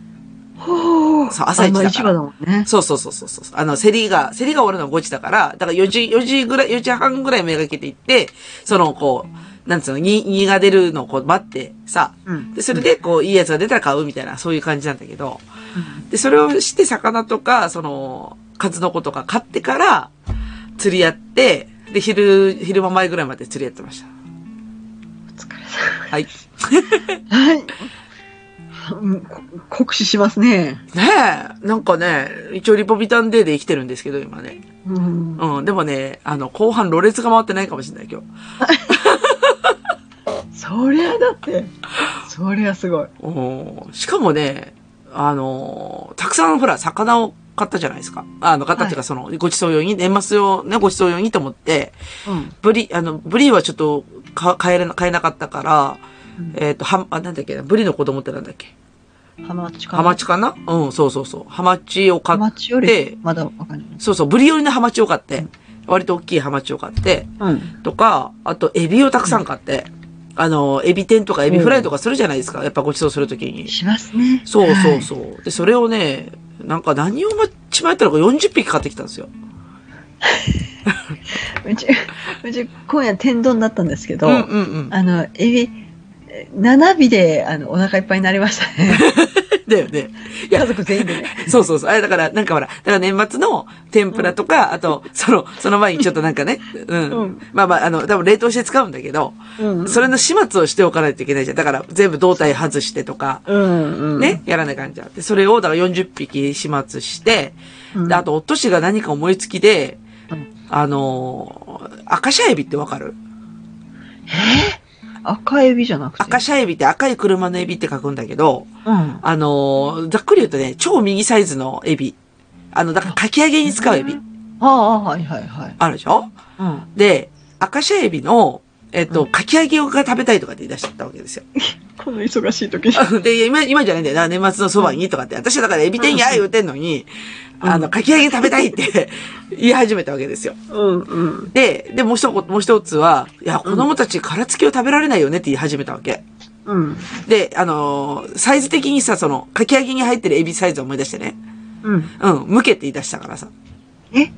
ほうそう朝一だからあまあ市場だもんね。そうそうそうそうそう。あの、競りが、競りが終わるのが5時だから、だから4時、4時ぐらい、4時半ぐらいめがけて行って、その、こう、なんつうの、に、にが出るのをこう待って、さ、うんで、それで、こう、いいやつが出たら買うみたいな、そういう感じなんだけど、で、それをして魚とか、その、数の子とか買ってから、釣りやって、で、昼、昼間前ぐらいまで釣りやってました。お疲れはい。様。はい。うんこ酷使しますね。ねえ、なんかね、一応リポビタンデーで生きてるんですけど、今ね。うん。うん、でもね、あの、後半、ろれつが回ってないかもしれない、今日。そりゃだって、そりゃすごい。おーしかもね、あのーたくさんほら、魚を買ったじゃないですか。あの、買ったっていうはか、その、ごちそう用に、年末用、ね、ごちそう用にと思って、うん。ブリ、あの、ブリはちょっと、か、買える、買えなかったから、うんえっ、と、は、あ、なんだっけな、ブリの子供ってなんだっけ。ハマチかな。ハマチかなうん、そうそうそう。ハマチを買ハっマチよてり、、まだわかんない。そうそう、ブリ寄りのハマチを買って、割と大きいハマチを買って、うん。とか、あと、エビをたくさん買って、あの、エビ天とかエビフライとかするじゃないですか。やっぱごちそうするときに。しますね。そうそうう。そう。で、それをね、なんか何を間違えたのか40匹買ってきたんですよ。うち、うち、今夜天丼だったんですけど、うんうんうん。あの、エビ、え7尾で、あの、お腹いっぱいになりましたね。だよね。 [LAUGHS] いや家、族全員でね。そうそうそう。あれだから、なんかほら、だから年末の天ぷらとか、あと、その、その前にちょっとなんかね、うん。うんまあまあ、あの、多分冷凍して使うんだけど、うんそれの始末をしておかないといけないじゃん。だから、全部胴体外してとか、うんうん。ね、やらなきゃいかんじゃん。で、それを、だから40匹始末して、うん。で、あと、おとしが何か思いつきでうん、あのー、赤シャエビってわかる赤エビじゃなくて。赤シャエビって赤い車のエビって書くんだけど、うん。あのーざっくり言うとね、超右サイズのエビ。あの、だからかき揚げに使うエビ。ああ、はいはいはい。あるでしょうん。で、赤シャエビの、えっと、うんかき揚げが食べたいとかって言い出しちゃったわけですよ。 [LAUGHS] この忙しい時に。で、今、今じゃないんだよな、年末のそばにとかって。私はだからエビ天や言うてんのに、うんあの、かき揚げ食べたいって [LAUGHS] 言い始めたわけですよ。うんうん。で、で、もう一つ、もう一つは、いや、子供たち殻付きを食べられないよねって言い始めたわけ。うん。で、あのーサイズ的にさ、その、かき揚げに入ってるエビサイズを思い出してね。うん。うん、向けって言い出したからさ。えね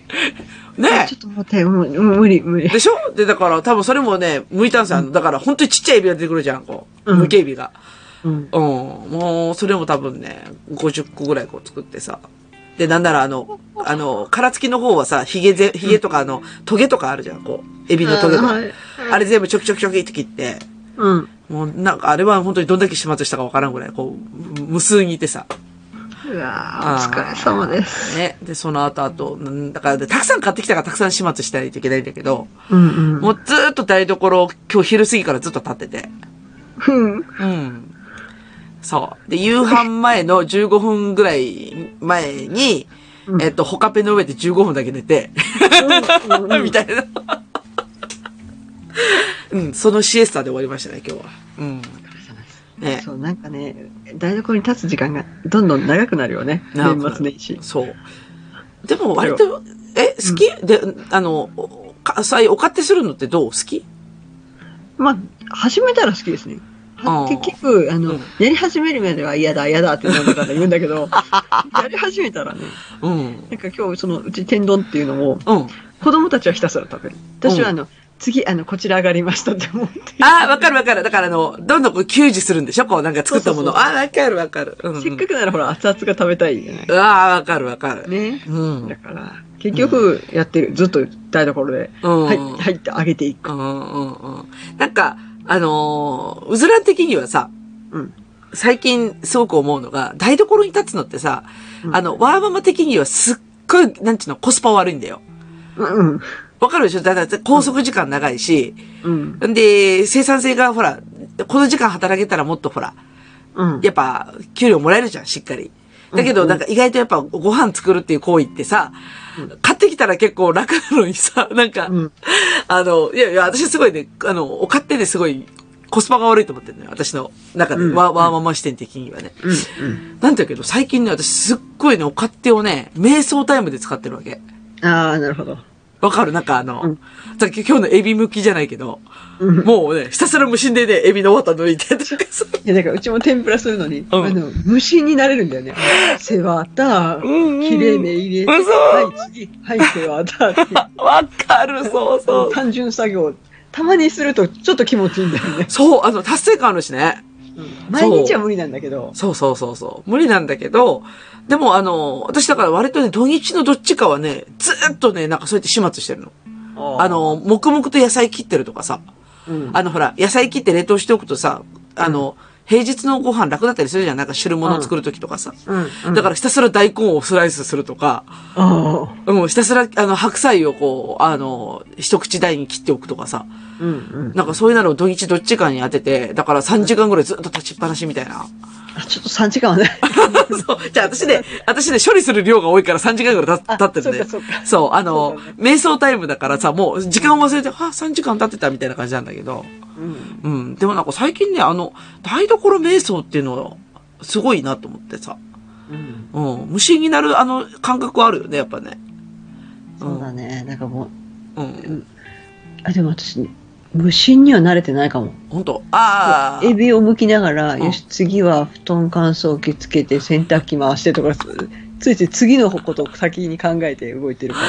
ちょっと待って、もう、もう無理無理え。。でしょで、だから多分それもね、向いたんですよ。あのだから本当にちっちゃいエビが出てくるじゃん、こう。うん向けエビが。うん。うん。もう、それも多分ね、50個ぐらいこう作ってさ。で、なんならあの、あの、殻付きの方はさ、ヒゲぜ、ヒゲとかあの、トゲとかあるじゃん、こう。エビのトゲとか。はいあれ全部ちょきちょきちょきって切って。うん。もうなんかあれは本当にどんだけ始末したかわからんぐらい、こう、無数にいてさ。うわーお疲れ様です。ね。で、その後、あと、んだから、でたくさん買ってきたからたくさん始末しないといけないんだけど、うんうもん。うずーっと台所、今日昼過ぎからずっと立ってて。うん。うん。そう。で、夕飯前の15分ぐらい前に、うんえっと、ホカペの上で15分だけ寝て、 [LAUGHS] みたいな。うん、そのシエスタで終わりましたね、今日は。うん。ね。そう、なんかね、台所に立つ時間がどんどん長くなるよね。長く年なる末年始。そう。でも割と、え、好き、で、あの、おかさお買ってするのってどう好きまあ、始めたら好きですね。あー結局、あの、うんやり始めるまでは嫌だ、嫌だってなんだかんだ言うんだけ [LAUGHS] ど、やり始めたらね、うん。なんか今日、その、うち天丼っていうのも、うん。子供たちはひたすら食べる。私はあの、次、あの、こちら上がりましたって思って。ああ、わかるわかる。だからあの、どんどんこう、給仕するんでしょこう、なんか作ったもの。そうそうああ、わかるわかる。うん。せっかくならほら、熱々が食べたいじゃない。く。ああ、わかるわかる。ね。うん。うだん。から、結局、やってる。ずっと台所で、うんはい、入ってあげていく。うんうんうん。なんか、あのーうずら的にはさ、うん。最近すごく思うのが、台所に立つのってさ、うんあの、ワーママ的にはすっごい、なんちゅうの、コスパ悪いんだよ。うん。わかるでしょだから拘束時間長いし、うん。んで、生産性がほら、この時間働けたらもっとほら、うん。やっぱ、給料もらえるじゃん、しっかり。だけど、うんうなんんか意外とやっぱご飯作るっていう行為ってさ、買ってきたら結構楽なのにさ、 [LAUGHS] なんか、うん。あの、いやいや、私すごいね、あの、お勝手ですごいコスパが悪いと思ってるのよ。私の中で、うんわ、わーまま視点的にはね。うん。なんだけど、最近ね、私すっごいね、お勝手をね、瞑想タイムで使ってるわけ。うん。ああ、なるほど。わかるなんかあの、うんさっき今日のエビ剥きじゃないけど、うん。もうね、ひたすら無心でね、エビの綿抜いてとかさ、いや、だからうちも天ぷらするのに、あの、無心になれるんだよね。背わた、んうんきれいめ入れて、うそはい、次、はい、背わたっていうわかる、そうそう。単純作業、たまにするとちょっと気持ちいいんだよね。そう、あの、達成感あるしね。毎日は無理なんだけど、そうそうそうそう。無理なんだけど、でもあの、私だから割とね、土日のどっちかはね、ずーっとね、なんかそうやって始末してるの。あ、の、黙々と野菜切ってるとかさ。うん、あのほら、野菜切って冷凍しておくとさ、あの、平日のご飯楽だったりするじゃん。なんか汁物を作るときとかさ。うんだからひたすら大根をスライスするとか、あもうひたすら、あの、白菜をこう、あの、一口大に切っておくとかさ。ーうんうんなんかそういうのを土日どっちかに当てて、だから3時間ぐらいずっと立ちっぱなしみたいな。あちょっと3時間 [LAUGHS] はね。そう。じゃあ私ね、私ね、処理する量が多いから3時間ぐらいたあ経ってるね。そうかそうかそう、あのそうだね、瞑想タイムだからさ、もう時間忘れて、あ、3時間経ってたみたいな感じなんだけど。うん、うん。でもなんか最近ね、あの、台所瞑想っていうのは、すごいなと思ってさ。うん、うん。無心になるあの感覚はあるよね、やっぱね。そうだね。なんかもう、うん。あ、でも私、無心には慣れてないかも。本当ああ。エビを剥きながら、んよし、次は布団乾燥機つけて、洗濯機回してとか、ついつい次のことを先に考えて動いてるかあら。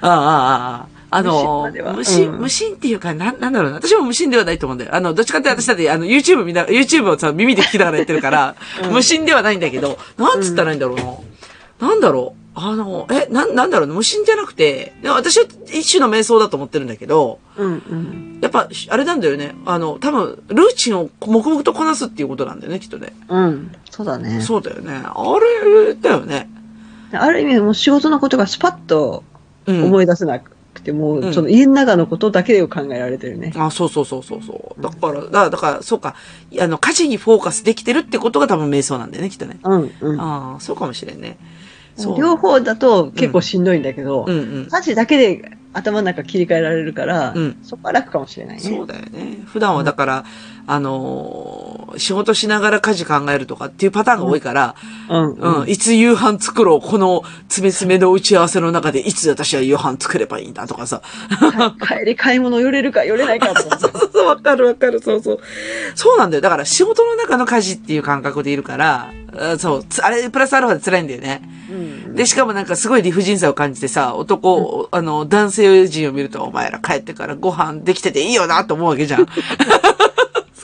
あ、ああ、ああ無心のまでは、無心、うん無心っていうか、なん、なんだろうな。私も無心ではないと思うんだよ。あの、どっちかって私だって、あの、YouTube 見な、YouTube をさ、耳で聞きながらやってるから、 [LAUGHS] うん無心ではないんだけど、なんつったらいいんだろうな。なんだろう。あの、え、なん、なんだろうな。無心じゃなくて、でも私は一種の瞑想だと思ってるんだけど、うんうん。やっぱ、あれなんだよね。あの、多分、ルーチンを黙々とこなすっていうことなんだよね、きっとね。うん。そうだね。そうだよね。あれだよね。ある意味、もう仕事のことがスパッとうん。思い出せなくて、もうんう、その家の中のことだけを考えられてるね。あ、そうそうそうそうそう。だから、だから、だからそうか。あの、家事にフォーカスできてるってことが多分瞑想なんだよね、きっとね。うんうん。ああ、そうかもしれんね。そう。両方だと結構しんどいんだけど、うんうん。家事だけで頭の中切り替えられるから、うんそこは楽かもしれないね。そうだよね。普段はだから、あのー仕事しながら家事考えるとかっていうパターンが多いから、うんううんん、いつ夕飯作ろう、この詰め詰めの打ち合わせの中で、いつ私は夕飯作ればいいんだとかさ。か帰り買い物寄れるか寄れないかと [LAUGHS] か。そうそう、わかるわかる、そうそう。そうなんだよ。だから仕事の中の家事っていう感覚でいるから、うんそう、つあれ、プラスアルファで辛いんだよね。うんで、しかもなんかすごい理不尽さを感じてさ、男、あの、男性陣を見ると、お前ら帰ってからご飯できてていいよなと思うわけじゃ [LAUGHS] ん。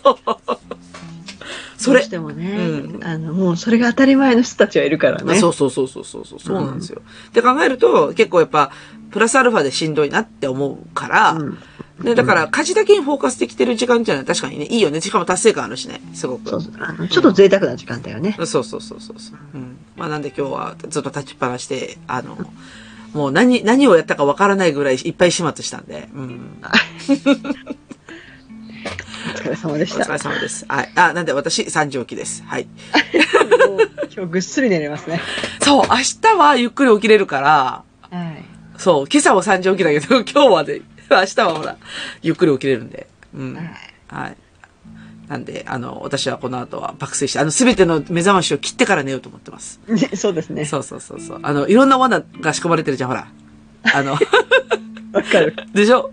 そう。そどうれし。てもね、うんあの、もうそれが当たり前の人たちはいるからね。そうそうそうそうそうそう、そうなんですよ。って考えると、結構やっぱ、プラスアルファでしんどいなって思うから、うんで、だから、家事だけにフォーカスできてる時間っていうのは確かにね、いいよね。しかも達成感あるしね、すごく。そうそうあのちょっと贅沢な時間だよね。そうそうそうそうそう。うん。まあなんで今日はずっと立ちっぱなしで、あの、もう何、何をやったかわからないぐらいいっぱい始末したんで、うん。お疲れ様でおした。疲れ様です。はい。あ、なんで私、3時起きです。はい。もう今日ぐっすり寝れますね。そう、明日はゆっくり起きれるから、はい。そう、今朝は3時起きだけど、 [LAUGHS] 今日はね、明日はほら、ゆっくり起きれるんで、うん。はい。なんで、あの、私はこの後は爆睡して、あの、すべての目覚ましを切ってから寝ようと思ってます。ね [LAUGHS] そうですね。そうそうそうそう。あの、いろんな罠が仕込まれてるじゃん、ほら。あ [LAUGHS] の、わかる。でしょ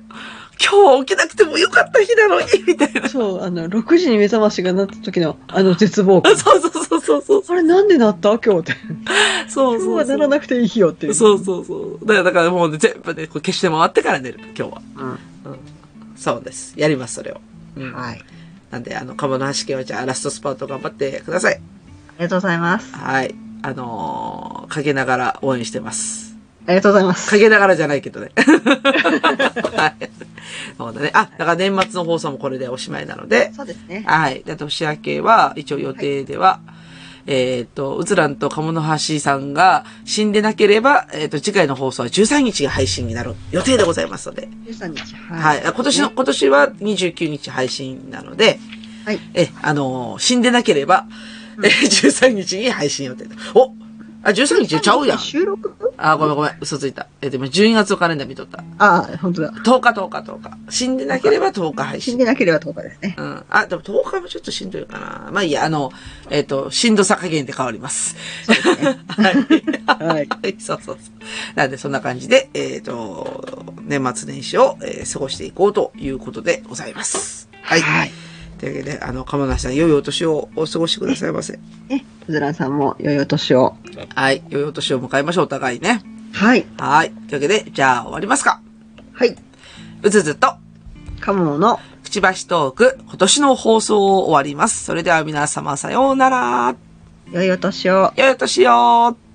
今日は起きなくてもよかった日なのに、みたいな。そう、あの、6時に目覚ましがなった時の、あの絶望感。そうそうそうそうそう。あれなんでなった今日って。そうそう今日そうはならなくていい日よっていう。そうそうそう。だから、だからもうね全部ね、こう消して回ってから寝る、今日は。うん。そうです。やります、それを。うん。はい。なんで、あの、鴨の橋家はじゃあ、ラストスパート頑張ってください。ありがとうございます。あはい。あのー、陰ながら応援してます。りがとうございます。陰ながらじゃないけどね。 [LAUGHS] はい。そうだね。あ、だから年末の放送もこれでおしまいなので、そうですね。はい。で、年明けは、一応予定では、えっ、と、うつらんと鴨の橋さんが死んでなければ、えっ、と、次回の放送は13日が配信になる予定でございますので、 13日。ははい。今年の、今年は29日配信なので、はい。え、あのー死んでなければ、えー13日に配信予定と。おあ、13日ちゃうやん。収録あ、ごめんごめん。嘘ついた。え、でも12月のカレンダー見とった。ああ、本当だ。 10日、10日、10日。死んでなければ10日配死ん信。でなければ10日ですね。うん。あ、でも10日もちょっとしんどいかな。まあいいや、あの、えっ、と、しんどさ加減で変わります。 [LAUGHS] はい。はい。そうそうそう。なんで、そんな感じで、えっ、と、年末年始を、えー過ごしていこうということでございます。はい。はい。というわけで、あの、鎌梨さん、良いお年をお過ごしくださいませ。うずらんさんも良いお年を。はい。良いお年を迎えましょう、お互いね。はい。はい。というわけで、じゃあ終わりますか。はい。うずうずと、カモの、くちばしトーク、今年の放送を終わります。それでは皆様さようなら。良いお年を。良いお年を。